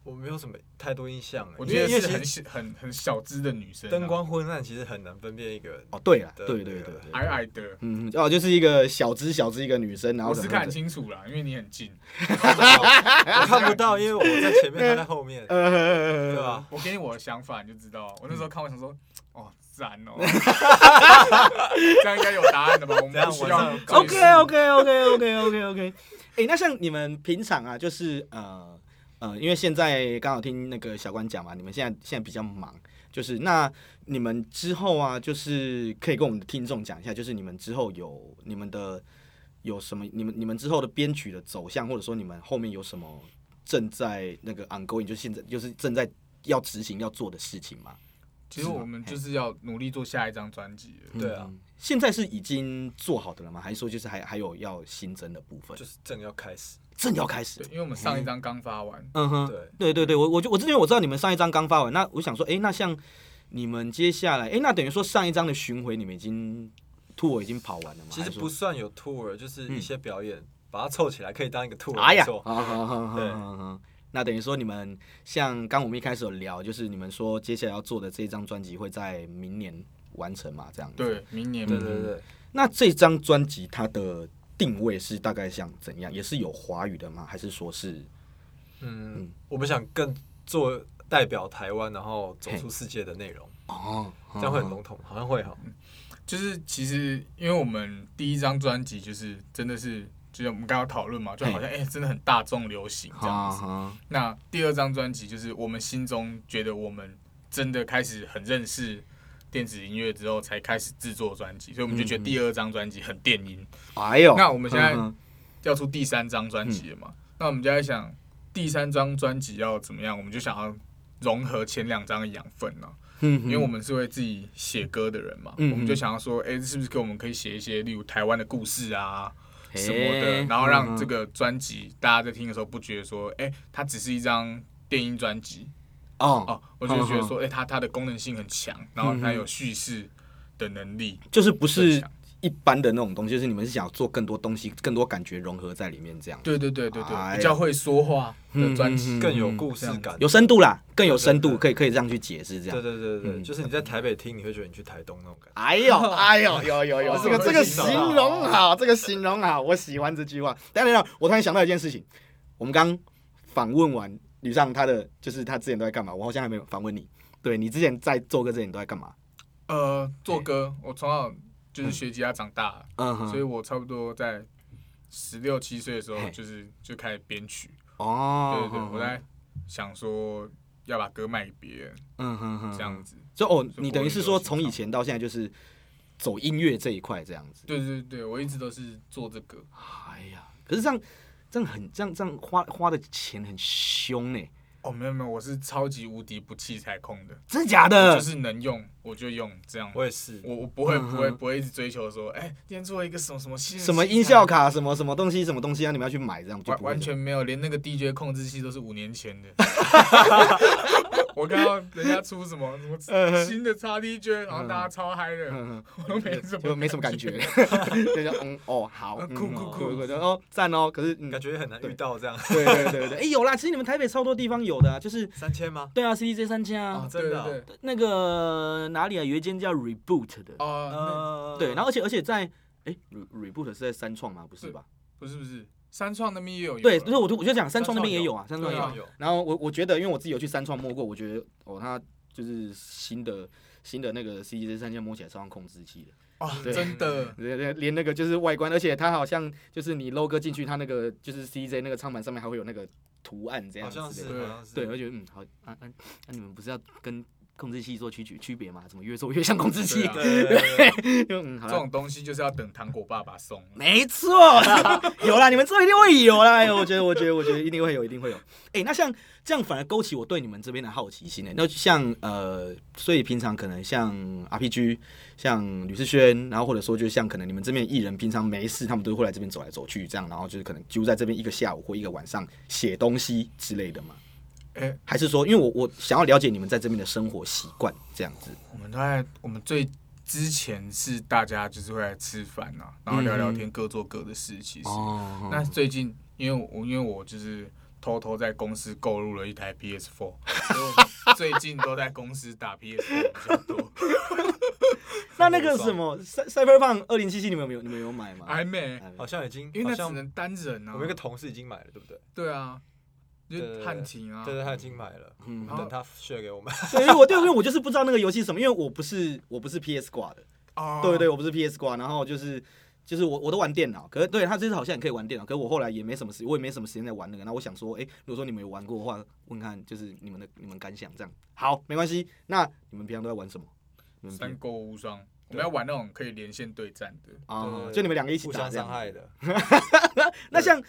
[SPEAKER 3] 我没有什么太多印象欸，
[SPEAKER 2] 我觉得
[SPEAKER 3] 因为
[SPEAKER 2] 是
[SPEAKER 3] 因为
[SPEAKER 2] 很
[SPEAKER 3] 其实
[SPEAKER 2] 小很很小资的女生啊，
[SPEAKER 3] 灯光昏暗，其实很难分辨一个人。
[SPEAKER 1] 哦，对了，
[SPEAKER 3] 对
[SPEAKER 1] 对对
[SPEAKER 3] 那
[SPEAKER 1] 对
[SPEAKER 3] 个
[SPEAKER 1] 对。
[SPEAKER 2] 矮矮的，
[SPEAKER 1] 嗯，哦，就是一个小只小只一个女生，然后
[SPEAKER 2] 我是
[SPEAKER 1] 可能
[SPEAKER 2] 看
[SPEAKER 1] 就 <laughs>
[SPEAKER 2] 得清楚啦，因为你很近。
[SPEAKER 3] 我看不到，因为我在
[SPEAKER 1] <laughs>
[SPEAKER 3] 前面，他在后面，
[SPEAKER 1] 呃，
[SPEAKER 3] 对啊吧？
[SPEAKER 2] 我给你我的想法，你就知道。我那时
[SPEAKER 3] 嗯
[SPEAKER 2] 候看，我想说，哦，赞哦，这样应该有答案的吧？我们不需要
[SPEAKER 3] 这样晚上
[SPEAKER 2] 搞
[SPEAKER 1] OK
[SPEAKER 2] 事
[SPEAKER 1] OK OK OK OK OK。哎、那像你们平常啊，就是呃呃，因为现在刚好听那个小关讲嘛，你们现在现在比较忙，就是那你们之后啊，就是可以跟我们的听众讲一下，就是你们之后有你们的有什么，你们你们之后的编曲的走向，或者说你们后面有什么正在那个 ongoing，就是现在就是正在要执行要做的事情嘛？
[SPEAKER 2] 其实我们就是要努力做下一张专辑了。
[SPEAKER 3] 对啊
[SPEAKER 1] 嗯，现在是已经做好的了吗？还是说就是还还有要新增的部分？
[SPEAKER 3] 就是正要开始，
[SPEAKER 1] 正要开始
[SPEAKER 2] 对，。因为我们上一张刚发完，
[SPEAKER 1] 嗯哼，
[SPEAKER 3] 对，
[SPEAKER 1] 对对对，我我就我之前我知道你们上一张刚发完，那我想说，哎、那像你们接下来，哎、那等于说上一张的巡回你们已经 tour 已经跑完了吗？
[SPEAKER 3] 其实
[SPEAKER 1] 还是说，
[SPEAKER 3] 不算有 tour，就是一些表演，把它凑起来可以当一个 tour
[SPEAKER 1] 哎
[SPEAKER 3] 来
[SPEAKER 1] 呀，
[SPEAKER 3] 做。
[SPEAKER 1] 好好好好
[SPEAKER 3] 对
[SPEAKER 1] 好好。那等于说你们像刚我们一开始有聊，就是你们说接下来要做的这张专辑会在明年完成嘛？这样子。。
[SPEAKER 2] 对，明
[SPEAKER 1] 嗯
[SPEAKER 2] 年
[SPEAKER 3] 对对对，
[SPEAKER 1] 那这张专辑它的定位是大概像怎样？也是有华语的吗？还是说是？
[SPEAKER 3] 嗯，我们想更做代表台湾，然后走出世界的内容，
[SPEAKER 1] 哦，嗯
[SPEAKER 3] 这样会很笼统，好像会哈。
[SPEAKER 2] 就是其实因为我们第一张专辑就是真的是，就是我们刚刚讨论嘛，就好像哎、真的很大众流行这样子。
[SPEAKER 1] 子。
[SPEAKER 2] 那第二张专辑就是我们心中觉得我们真的开始很认识电子音乐之后，才开始制作专辑，所以我们就觉得第二张专辑很电音。
[SPEAKER 1] 哎呦，
[SPEAKER 2] 那我们现在
[SPEAKER 1] 嗯哼
[SPEAKER 2] 要出第三张专辑了嘛？那我们就在想第三张专辑要怎么样，我们就想要融合前两张的养分啊呢、
[SPEAKER 1] 嗯哼
[SPEAKER 2] 因为我们是会自己写歌的人嘛，
[SPEAKER 1] 嗯嗯
[SPEAKER 2] 我们就想要说，哎、是不是给我们可以写一些，例如台湾的故事啊
[SPEAKER 1] 嘿
[SPEAKER 2] 什么的，然后
[SPEAKER 1] 嗯
[SPEAKER 2] 让
[SPEAKER 1] 哼
[SPEAKER 2] 这个专辑大家在听的时候不觉得说，哎、它只是一张电音专辑
[SPEAKER 1] 哦
[SPEAKER 2] 哦，我就觉得说，哎、它它的功能性很强，然后
[SPEAKER 1] 嗯
[SPEAKER 2] 它有叙事的能力，
[SPEAKER 1] 就是不
[SPEAKER 2] 更
[SPEAKER 1] 是
[SPEAKER 2] 强
[SPEAKER 1] 一般的那种东西，就是你们是想要做更多东西，更多感觉融合在里面，这样
[SPEAKER 2] 对对对对
[SPEAKER 1] 哎
[SPEAKER 2] 对，比较会说话的专辑。
[SPEAKER 1] 嗯嗯嗯
[SPEAKER 3] 更有故事感。
[SPEAKER 1] 有深度啦，更有深度，
[SPEAKER 3] 对对对
[SPEAKER 1] 可以可以这样去解释这
[SPEAKER 3] 对
[SPEAKER 1] 样。
[SPEAKER 3] 对对对，
[SPEAKER 1] 嗯
[SPEAKER 3] 对就是你在台北听，你会觉得你去台东那种感觉。
[SPEAKER 1] 哎 <laughs> 呦，哎呦，有有有，
[SPEAKER 2] 哦
[SPEAKER 1] 这个
[SPEAKER 2] 我
[SPEAKER 1] 这个
[SPEAKER 2] 知道
[SPEAKER 1] 形容好，这个形容好，我喜欢这句话。等一下等一下，我突然想到一件事情，我们刚访问完吕尚他的就是他之前都在干嘛？我好像还没有访问你。对你之前在做歌之前你都在干嘛？
[SPEAKER 2] 呃，做歌，我从小就是学吉他长大，
[SPEAKER 1] 嗯哼，
[SPEAKER 2] 所以我差不多在十六七岁的时候，
[SPEAKER 1] 嘿
[SPEAKER 2] 就是就开始编曲。
[SPEAKER 1] 哦，
[SPEAKER 2] 对对对，
[SPEAKER 1] 嗯哼
[SPEAKER 2] 我在想说要把歌卖给别人
[SPEAKER 1] 嗯哼哼，
[SPEAKER 2] 这样子。
[SPEAKER 1] 就哦，
[SPEAKER 2] 是
[SPEAKER 1] 你
[SPEAKER 2] 国
[SPEAKER 1] 等于
[SPEAKER 2] 语
[SPEAKER 1] 是
[SPEAKER 2] 流
[SPEAKER 1] 说
[SPEAKER 2] 行
[SPEAKER 1] 从以
[SPEAKER 2] 唱
[SPEAKER 1] 前到现在就是走音乐这一块这样子。
[SPEAKER 2] 对对对，我一直都是做这个。
[SPEAKER 1] 哎呀，可是这样这样很这样这样花花的钱很凶欸呢、
[SPEAKER 2] 哦，没有没有，我是超级无敌不器材控的，
[SPEAKER 1] 真的假
[SPEAKER 2] 我
[SPEAKER 1] 的？
[SPEAKER 2] 就是能用我就用这样。
[SPEAKER 3] 我也是，
[SPEAKER 2] 嗯我我不会
[SPEAKER 1] 嗯
[SPEAKER 2] 不会
[SPEAKER 1] 哼
[SPEAKER 2] 不会一直追求说，哎、今天做了一个什么什么新的
[SPEAKER 1] 什么
[SPEAKER 2] 器材
[SPEAKER 1] 音效，卡，什么什么东西，什么东西啊？你们要去买这样就
[SPEAKER 2] 完
[SPEAKER 1] 不会
[SPEAKER 2] 完
[SPEAKER 1] 这样
[SPEAKER 2] 全没有，连那个 DJ 控制器都是五年前 <laughs> 的。我看到人家出什么 <laughs> 什
[SPEAKER 1] 嗯
[SPEAKER 2] 么
[SPEAKER 1] 哼
[SPEAKER 2] 新的叉 DJ，然后
[SPEAKER 1] 嗯
[SPEAKER 2] 大家超嗨的，
[SPEAKER 1] 嗯
[SPEAKER 2] <laughs> 我都没什么
[SPEAKER 1] 就没什么感觉， <laughs> 就叫嗯哦好，
[SPEAKER 2] 啊
[SPEAKER 1] 嗯
[SPEAKER 2] 酷
[SPEAKER 1] 哦
[SPEAKER 2] 酷酷
[SPEAKER 1] 酷酷，就哦赞哦。可是嗯
[SPEAKER 3] 感，觉很难遇到这样。
[SPEAKER 1] 对对对对，哎有啦，其实你们台北超多地方有的啊，就是
[SPEAKER 3] 三千吗？
[SPEAKER 1] 对啊，CDJ 三千
[SPEAKER 3] 哦
[SPEAKER 1] 啊，
[SPEAKER 3] 真的啊
[SPEAKER 2] 对对对
[SPEAKER 1] 那个哪里啊？有一间叫 Reboot 的，
[SPEAKER 2] 哦，
[SPEAKER 3] 呃，
[SPEAKER 1] 嗯对，然后而且而且在哎 Re- Reboot 是在三创吗？不是
[SPEAKER 2] 对
[SPEAKER 1] 吧？
[SPEAKER 2] 不是不是，三创那边也有，啊
[SPEAKER 1] 对，
[SPEAKER 2] 有
[SPEAKER 1] 所以我就我就讲三创那边也有啊，三
[SPEAKER 3] 三
[SPEAKER 1] 创
[SPEAKER 3] 创
[SPEAKER 1] 也
[SPEAKER 2] 对
[SPEAKER 1] 有
[SPEAKER 2] 啊。
[SPEAKER 3] 有，
[SPEAKER 1] 然后我我觉得，因为我自己有去三创摸过，我觉得哦，它就是新的新的那个 C D C 三千摸起来超像控制器的，
[SPEAKER 2] 啊，
[SPEAKER 1] 对
[SPEAKER 2] 真的，
[SPEAKER 1] 连连连那个就是外观，而且它好像就是你 logo 进去，它那个就是 C J 那个唱盘上面还会有那个图案这样
[SPEAKER 3] 好
[SPEAKER 1] 子
[SPEAKER 3] 像
[SPEAKER 1] 的
[SPEAKER 3] 是，
[SPEAKER 2] 对
[SPEAKER 3] 好像是，
[SPEAKER 1] 对，我就觉得嗯好，啊啊那、你们不是要跟控制器做区区区别吗？怎么越做越像控制器？
[SPEAKER 2] 对啊
[SPEAKER 3] 对对对对
[SPEAKER 1] 就嗯好
[SPEAKER 2] 这
[SPEAKER 1] 啦。
[SPEAKER 2] 种东西就是要等糖果爸爸送。
[SPEAKER 1] 没错， <laughs> 有啦，你们之后一定会有啦。哎呦我觉得，我觉得，我觉得一定会有，一定会有。哎、那像这样反而勾起我对你们这边的好奇心呢、欸那像呃，所以平常可能像 RPG，像吕世轩，然后或者说就像可能你们这边艺人平常没事，他们都会来这边走来走去，这样，然后就是可能就在这边一个下午或一个晚上写东西之类的嘛。
[SPEAKER 2] 哎，
[SPEAKER 1] 还是说，因为我我想要了解你们在这边的生活习惯这样子。
[SPEAKER 2] 我们都在我们最之前是大家就是会来吃饭啊，然后聊聊天，各做各的事。其实，
[SPEAKER 1] 哦
[SPEAKER 2] 那最近因为我因为我就是偷偷在公司购入了一台 PS4，所以我 <laughs> 们最近都在公司打 PS4 比较多。
[SPEAKER 1] 那那个什么赛赛飞胖二零七七，你们有没有你们有买吗？
[SPEAKER 2] 还没，
[SPEAKER 1] 哎
[SPEAKER 3] 好像已经，
[SPEAKER 2] 因为
[SPEAKER 3] 好
[SPEAKER 2] 那
[SPEAKER 3] 像
[SPEAKER 2] 只能单人啊。
[SPEAKER 3] 我们有一个同事已经买了，对不对？
[SPEAKER 2] 对啊，就
[SPEAKER 3] 对对
[SPEAKER 2] 是
[SPEAKER 3] 对
[SPEAKER 2] 汉庭啊，
[SPEAKER 3] 对对，他已经买了，
[SPEAKER 1] 嗯
[SPEAKER 3] 我们等他 share 给我 <laughs> 们。
[SPEAKER 1] <laughs> 对，因为我对，因为我就是不知道那个游戏是什么，因为我不是我不是 PS 挂的，
[SPEAKER 2] 哦，
[SPEAKER 1] 对对，我不是 PS 挂，然后就是就是我我都玩电脑，可是对他这次好像也可以玩电脑，可是我后来也没什么时，我也没什么时间在玩那个，那我想说，哎、如果说你们有玩过的话，问看就是你们的你们感想这样。好，没关系，那你们平常都在玩什么？你们
[SPEAKER 2] 三
[SPEAKER 1] 平
[SPEAKER 2] 国无双，我们要玩那种可以连线对战的。
[SPEAKER 1] 啊、
[SPEAKER 3] 对
[SPEAKER 1] 就你们两个一起
[SPEAKER 3] 互
[SPEAKER 1] 打
[SPEAKER 3] 相
[SPEAKER 1] 这
[SPEAKER 3] 伤
[SPEAKER 1] 样。
[SPEAKER 3] 害的，
[SPEAKER 1] 那像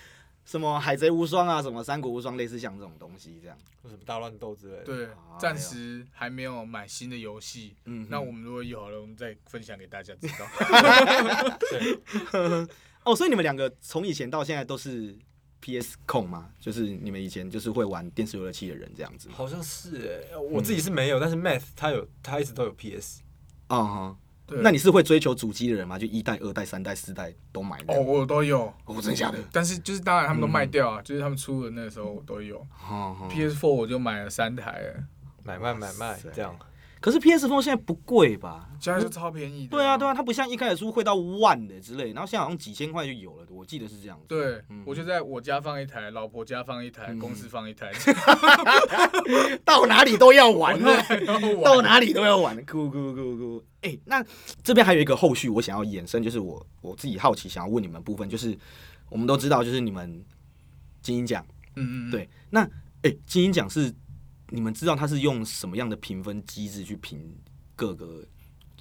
[SPEAKER 1] 什么海贼无双啊，什么三国无双，类似像这种东西这样。
[SPEAKER 3] 或什么大乱斗之类的。
[SPEAKER 2] 对，暂时还没有买新的游戏。
[SPEAKER 1] 哎嗯哼，
[SPEAKER 2] 那我们如果有了，我们再分享给大家知道。
[SPEAKER 1] <laughs>
[SPEAKER 3] 对，
[SPEAKER 1] 哦，所以你们两个从以前到现在都是 PS 控吗？就是你们以前就是会玩电视游乐器的人这样子吗？
[SPEAKER 3] 好像是哎，我自己是没有，但是 Math 他有，他一直都有 PS。
[SPEAKER 1] 啊哈、
[SPEAKER 2] 对
[SPEAKER 1] 那你是会追求主机的人吗？就一代、二代、三代、四代都买的？
[SPEAKER 2] 哦，我都有，
[SPEAKER 1] 哦，真的假的？
[SPEAKER 2] 但是就是当然他们都卖掉啊，就是他们出的那个时候我都有。
[SPEAKER 1] 哦哦
[SPEAKER 2] PS4 我就买了三台了，
[SPEAKER 3] <laughs> 买卖买
[SPEAKER 1] 哇
[SPEAKER 3] 卖
[SPEAKER 1] 塞
[SPEAKER 3] 这样，
[SPEAKER 1] 可是 PS Four 现在不贵吧？
[SPEAKER 2] 现在就超便宜的。
[SPEAKER 1] 对啊，对啊，。它不像一开始是会到万的之类，然后现在好像几千块就有了，我记得是这样子。
[SPEAKER 2] 对
[SPEAKER 1] 嗯，
[SPEAKER 2] 我就在我家放一台，老婆家放一台，
[SPEAKER 1] 嗯
[SPEAKER 2] 公司放
[SPEAKER 1] <laughs>
[SPEAKER 2] 一台，
[SPEAKER 1] 到哪里都要玩 <laughs> 了。
[SPEAKER 2] 然后
[SPEAKER 1] 到
[SPEAKER 2] 玩。
[SPEAKER 1] 哪里都要玩，酷酷酷酷。哎、那这边还有一个后续，我想要延伸，就是我我自己好奇想要问你们部分，就是我们都知道，就是你们金鹰奖，
[SPEAKER 2] 嗯嗯，嗯，
[SPEAKER 1] 对，那哎、诶金鹰奖是你们知道它是用什么样的评分机制去评各个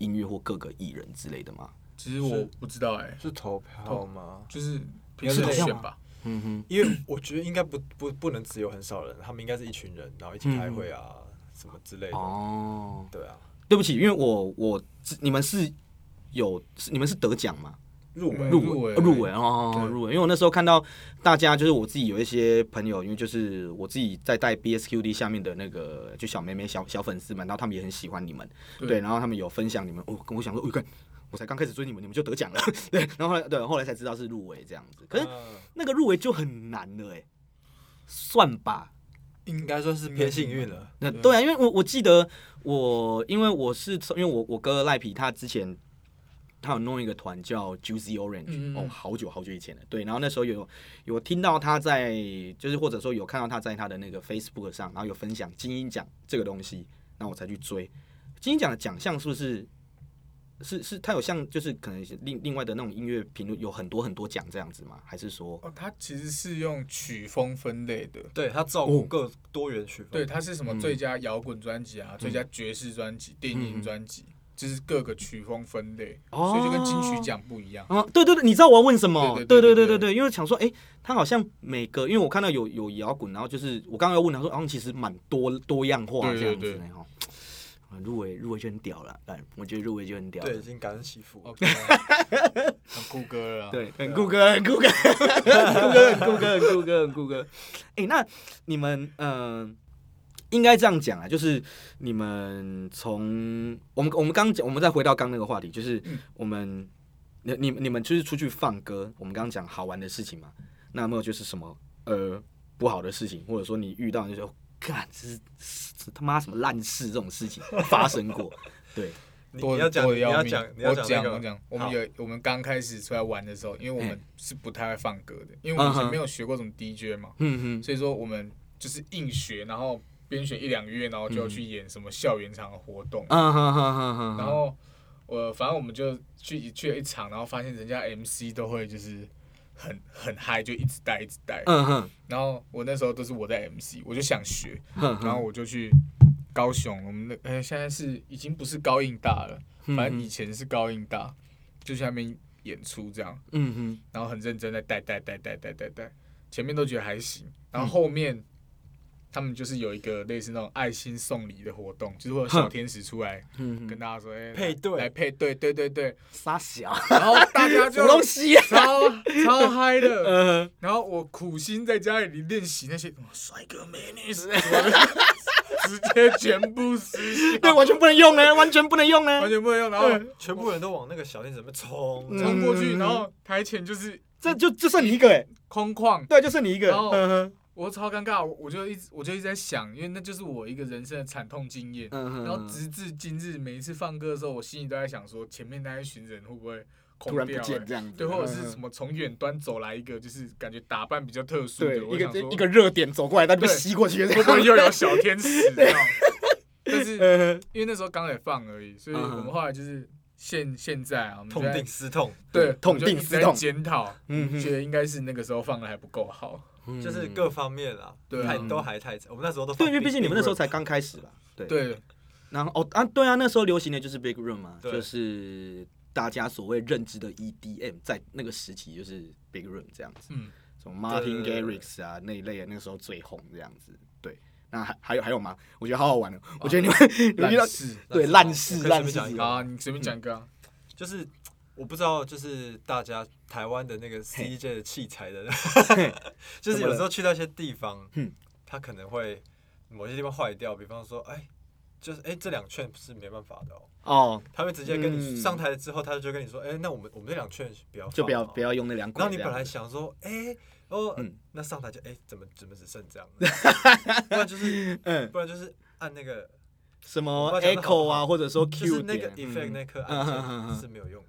[SPEAKER 1] 音乐或各个艺人之类的吗？
[SPEAKER 2] 其实我不知道哎，
[SPEAKER 3] 是投票
[SPEAKER 2] 投
[SPEAKER 3] 吗？
[SPEAKER 2] 就是平时
[SPEAKER 3] 投票
[SPEAKER 2] 选
[SPEAKER 1] 吗
[SPEAKER 2] 吧。
[SPEAKER 1] 嗯哼，
[SPEAKER 3] 因为我觉得应该不不不能只有很少人，他们应该是一群人，然后一起开会啊什么之类的。
[SPEAKER 1] 哦，
[SPEAKER 3] 对啊，
[SPEAKER 1] 对不起，因为我我你们是有是你们是得奖吗？
[SPEAKER 3] 入
[SPEAKER 2] 嗯
[SPEAKER 3] 围
[SPEAKER 1] 入围
[SPEAKER 2] 围
[SPEAKER 1] 入围哦
[SPEAKER 2] 对，
[SPEAKER 1] 入围。因为我那时候看到大家，就是我自己有一些朋友，因为就是我自己在带 BSQD 下面的那个就小妹妹小小粉丝们，然后他们也很喜欢你们，
[SPEAKER 2] 对
[SPEAKER 1] 对，然后他们有分享你们，哦，跟我想说，哦，看我才刚开始追你们，你们就得奖了， <laughs> 对，然后后来对，后来才知道是入围这样子，可是
[SPEAKER 3] 嗯
[SPEAKER 1] 那个入围就很难了，哎，算吧，
[SPEAKER 3] 应该算是偏幸运了。
[SPEAKER 1] 那
[SPEAKER 2] 对
[SPEAKER 1] 对啊，因为我我记得我，因为我是从因为我我哥赖皮他之前他有弄一个团叫 Juicy Orange，、
[SPEAKER 2] 嗯嗯嗯
[SPEAKER 1] 哦，好久好久以前了。对，然后那时候有有听到他在，就是或者说有看到他在他的那个 Facebook 上，然后有分享金鹰奖这个东西，然后我才去追。金鹰奖的奖项是不是是是他有像就是可能另另外的那种音乐评论有很多很多奖这样子吗？还是说
[SPEAKER 2] 哦，它其实是用曲风分类的，
[SPEAKER 3] 对他照顾各多元曲风，
[SPEAKER 2] 对，它是什
[SPEAKER 3] 嗯
[SPEAKER 2] 么最佳摇滚专辑啊，最佳爵士专辑、电
[SPEAKER 3] 嗯
[SPEAKER 2] 音专辑，就是各个曲风分类，
[SPEAKER 1] 哦
[SPEAKER 2] 所以就跟金曲奖不一
[SPEAKER 3] 哦
[SPEAKER 2] 样。
[SPEAKER 1] 啊，对对对，你知道我要问什么？对
[SPEAKER 2] 对对对
[SPEAKER 1] 对
[SPEAKER 2] 对
[SPEAKER 1] 对
[SPEAKER 2] 对
[SPEAKER 1] 因为想说，哎，他好像每个，因为我看到有有摇滚，然后就是我刚刚要问他说，好像其实蛮多多样化
[SPEAKER 2] 对
[SPEAKER 1] 这
[SPEAKER 2] 对
[SPEAKER 1] 样子的哈。啊入围入围就很屌了，哎，我觉得入围就很屌了
[SPEAKER 3] 对，已经感恩惜福了。 <laughs>
[SPEAKER 2] OK，很酷哥了啊。
[SPEAKER 1] 对，很酷哥，很酷哥，很酷哥，很酷哥，很酷哥。哎、那你们嗯、呃应该这样讲啊，就是你们从我们我们刚讲，我们再回到刚那个话题，就是我们你你你们就是出去放歌，我们刚刚讲好玩的事情嘛，那有没有就是什么呃不好的事情，或者说你遇到你就说干这是这他妈什么烂事这种事情发生过？ <laughs> 对，
[SPEAKER 3] 你
[SPEAKER 2] 多
[SPEAKER 3] 你要讲，
[SPEAKER 2] 多
[SPEAKER 3] 你
[SPEAKER 2] 得
[SPEAKER 3] 要
[SPEAKER 2] 命
[SPEAKER 3] 讲，你要
[SPEAKER 2] 我
[SPEAKER 3] 讲
[SPEAKER 2] 我
[SPEAKER 3] 那个，
[SPEAKER 2] 讲，我们
[SPEAKER 3] 好
[SPEAKER 2] 有我们刚开始出来玩的时候，因为我们
[SPEAKER 1] 嗯
[SPEAKER 2] 是不太会放歌的，因为我们以
[SPEAKER 1] 嗯
[SPEAKER 2] 前
[SPEAKER 1] 哼
[SPEAKER 2] 没有学过什么 DJ 嘛，
[SPEAKER 1] 嗯
[SPEAKER 2] 所以说我们就是硬学，然后边学一两个月，然后就要
[SPEAKER 1] 嗯
[SPEAKER 2] 去演什么校园场的活动
[SPEAKER 1] 哼，，嗯哼哼哼哼，
[SPEAKER 2] 然后我反正我们就去去了一场，然后发现人家 MC 都会就是很很嗨，就一直带一直带，
[SPEAKER 1] 嗯哼
[SPEAKER 2] 然后我那时候都是我在 MC，我就想学，
[SPEAKER 1] 哼嗯哼，
[SPEAKER 2] 然后我就去高雄，我们的呃现在是已经不是高应大了，
[SPEAKER 1] 嗯
[SPEAKER 2] 反正以前是高应大，就去那边演出这样，
[SPEAKER 1] 嗯哼。
[SPEAKER 2] 然后很认真的带带带带带带带，前面都觉得还行，然
[SPEAKER 1] 嗯
[SPEAKER 2] 后后面。他们就是有一个类似那种爱心送礼的活动，就是会有小天使出来
[SPEAKER 1] 嗯，
[SPEAKER 2] 跟大家说，哎、
[SPEAKER 3] 配对
[SPEAKER 2] 来配对，对
[SPEAKER 1] <laughs>
[SPEAKER 2] 对对，
[SPEAKER 1] 傻小，
[SPEAKER 2] 然后大家就
[SPEAKER 1] 西啊？
[SPEAKER 2] 超超
[SPEAKER 1] <laughs>
[SPEAKER 2] 嗨的，
[SPEAKER 1] 呃，
[SPEAKER 2] 然后我苦心在家里练习那些什么帅哥美女什么
[SPEAKER 1] <laughs>
[SPEAKER 2] 的，直接全部失效，
[SPEAKER 1] 对，嗯完全不能用呢， <laughs> 完全不能用啊呢。
[SPEAKER 2] 完全不能用。然后
[SPEAKER 3] 全部人都往那个小店子里面冲，
[SPEAKER 1] 嗯
[SPEAKER 3] 这样
[SPEAKER 2] 冲过去，然后台前就是
[SPEAKER 1] 这就就剩你一个哎，
[SPEAKER 2] 空旷，
[SPEAKER 1] 对，就剩你一个。
[SPEAKER 2] 然后
[SPEAKER 1] 嗯
[SPEAKER 2] 我超尴尬，我我就一直我就一直在想，因为那就是我一个人生的惨痛经验。
[SPEAKER 1] 哼，
[SPEAKER 2] 然后直至今日，每一次放歌的时候，我心里都在想说，前面那一群人会不会空
[SPEAKER 1] 突然不
[SPEAKER 2] 掉
[SPEAKER 1] 见
[SPEAKER 2] 了
[SPEAKER 1] 这样子，嗯
[SPEAKER 2] 对，或者是什么从远端走来一个，就是感觉打扮比较特殊的，
[SPEAKER 1] 对
[SPEAKER 2] 我
[SPEAKER 1] 一
[SPEAKER 2] 想
[SPEAKER 1] 个
[SPEAKER 2] 说
[SPEAKER 1] 一个热点走过来，但被
[SPEAKER 2] 对
[SPEAKER 1] 吸过去，
[SPEAKER 2] <laughs> 会不会又有小天使这样？但是
[SPEAKER 1] <laughs> 嗯
[SPEAKER 2] 因为那时候刚才放而已，所以
[SPEAKER 1] 嗯哼
[SPEAKER 2] 我们后来就是现现在啊，我们就
[SPEAKER 3] 痛
[SPEAKER 2] 在
[SPEAKER 3] 定思痛，
[SPEAKER 2] 对
[SPEAKER 1] 痛
[SPEAKER 2] 我们就
[SPEAKER 1] 定
[SPEAKER 2] 一直
[SPEAKER 1] 思
[SPEAKER 2] 在
[SPEAKER 1] 痛
[SPEAKER 2] 检讨，
[SPEAKER 1] 嗯哼
[SPEAKER 2] 觉得应该是那个时候放的还不够好。
[SPEAKER 1] 哼
[SPEAKER 3] 就是各方面啦，
[SPEAKER 2] 对啊
[SPEAKER 3] 太都还太早，我们那时候
[SPEAKER 1] 嗯
[SPEAKER 3] 都
[SPEAKER 1] 对，
[SPEAKER 3] 放
[SPEAKER 1] 因为毕竟你们那时候
[SPEAKER 3] Big
[SPEAKER 1] 才刚开始吧。对，
[SPEAKER 2] 对，
[SPEAKER 1] 然后哦啊，对啊，那时候流行的就是 Big Room 嘛，
[SPEAKER 3] 对
[SPEAKER 1] 就是大家所谓认知的 EDM，在那个时期就是 Big Room 这样子。 <laughs>
[SPEAKER 2] 嗯，
[SPEAKER 1] 什么 Martin
[SPEAKER 3] 对对对
[SPEAKER 1] Garrix 啊那一类的，那个时候最红这样子。对，那还还有还有吗？我觉得好好玩哦，我觉得你们 <laughs> 你们遇到
[SPEAKER 2] 烂事
[SPEAKER 1] 对
[SPEAKER 3] 事
[SPEAKER 1] 烂事
[SPEAKER 3] 我可以
[SPEAKER 1] 烂
[SPEAKER 3] 顺
[SPEAKER 1] 事
[SPEAKER 3] 便讲一
[SPEAKER 1] 之
[SPEAKER 3] 个
[SPEAKER 1] 类
[SPEAKER 3] 吗
[SPEAKER 2] 啊，你随便讲一个啊。
[SPEAKER 3] Room，就是我不知道，就是大家台湾的那个 CJ 的器材的， <laughs> 就是有时候去到一些地方
[SPEAKER 1] 嗯，
[SPEAKER 3] 它可能会某些地方坏掉，比方说，哎，就是哎这两券是没办法的哦，
[SPEAKER 1] 哦，
[SPEAKER 3] 他会直接跟
[SPEAKER 1] 嗯
[SPEAKER 3] 你上台之后，他就跟你说，哎，那我们我们这两券不要
[SPEAKER 1] 就不要
[SPEAKER 3] 放哦
[SPEAKER 1] 不要用那两
[SPEAKER 3] 然
[SPEAKER 1] 款
[SPEAKER 3] 后
[SPEAKER 1] 这
[SPEAKER 3] 你
[SPEAKER 1] 样。
[SPEAKER 3] 本来想说，哎、哦，
[SPEAKER 1] 嗯
[SPEAKER 3] 那上台就哎、怎么怎么只剩
[SPEAKER 1] <laughs>
[SPEAKER 3] 这样？不然就是，
[SPEAKER 1] 嗯
[SPEAKER 3] 不然就是按那个，
[SPEAKER 1] 什么
[SPEAKER 3] 我不知道讲得好不
[SPEAKER 1] Echo 啊，
[SPEAKER 3] 好
[SPEAKER 1] 或者说
[SPEAKER 3] 哦就
[SPEAKER 1] Q
[SPEAKER 3] 是那个
[SPEAKER 1] 点
[SPEAKER 3] effect
[SPEAKER 1] 嗯
[SPEAKER 3] 那颗
[SPEAKER 1] 嗯嗯嗯嗯
[SPEAKER 3] 按键是没有用的。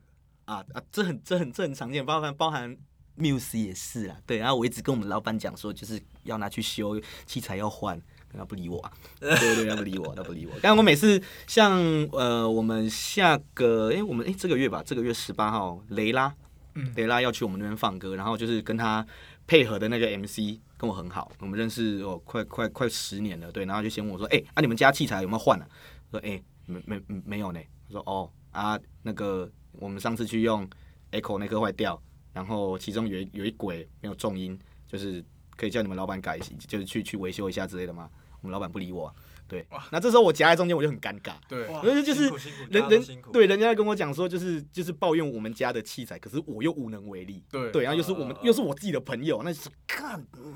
[SPEAKER 1] 啊啊，这很这很这很常见，包含包含 Muse 也是啦。对，然后我一直跟我们老板讲说，就是要拿去修，器材要换。他不理我、啊，对对，他不理我，他不理我。但我每次像呃，我们下个哎、我们哎、这个月吧，这个月十八号，雷拉，
[SPEAKER 2] 嗯
[SPEAKER 1] 雷拉要去我们那边放歌，然后就是跟他配合的那个 MC 跟我很好，我们认识哦，快快快十年了，对，然后就先问我说，哎、啊你们家器材有没有换啊？我说哎、没没没有呢，他说哦啊那个我们上次去用 Echo 那颗坏掉，然后其中有一有一轨没有重音，就是可以叫你们老板改，就是去去维修一下之类的吗？我们老板不理我啊、对，那这时候我夹在中间我就很尴尬，
[SPEAKER 2] 对，
[SPEAKER 3] 哇
[SPEAKER 1] 可是就是
[SPEAKER 3] 辛苦辛苦，大
[SPEAKER 1] 人
[SPEAKER 3] 家都辛
[SPEAKER 1] 人
[SPEAKER 3] 苦
[SPEAKER 1] 对人家跟我讲说，就是就是抱怨我们家的器材，可是我又无能为力。
[SPEAKER 2] 对
[SPEAKER 1] 对，然后又是我们、
[SPEAKER 3] 呃
[SPEAKER 1] 又是我自己的朋友，那就是看、嗯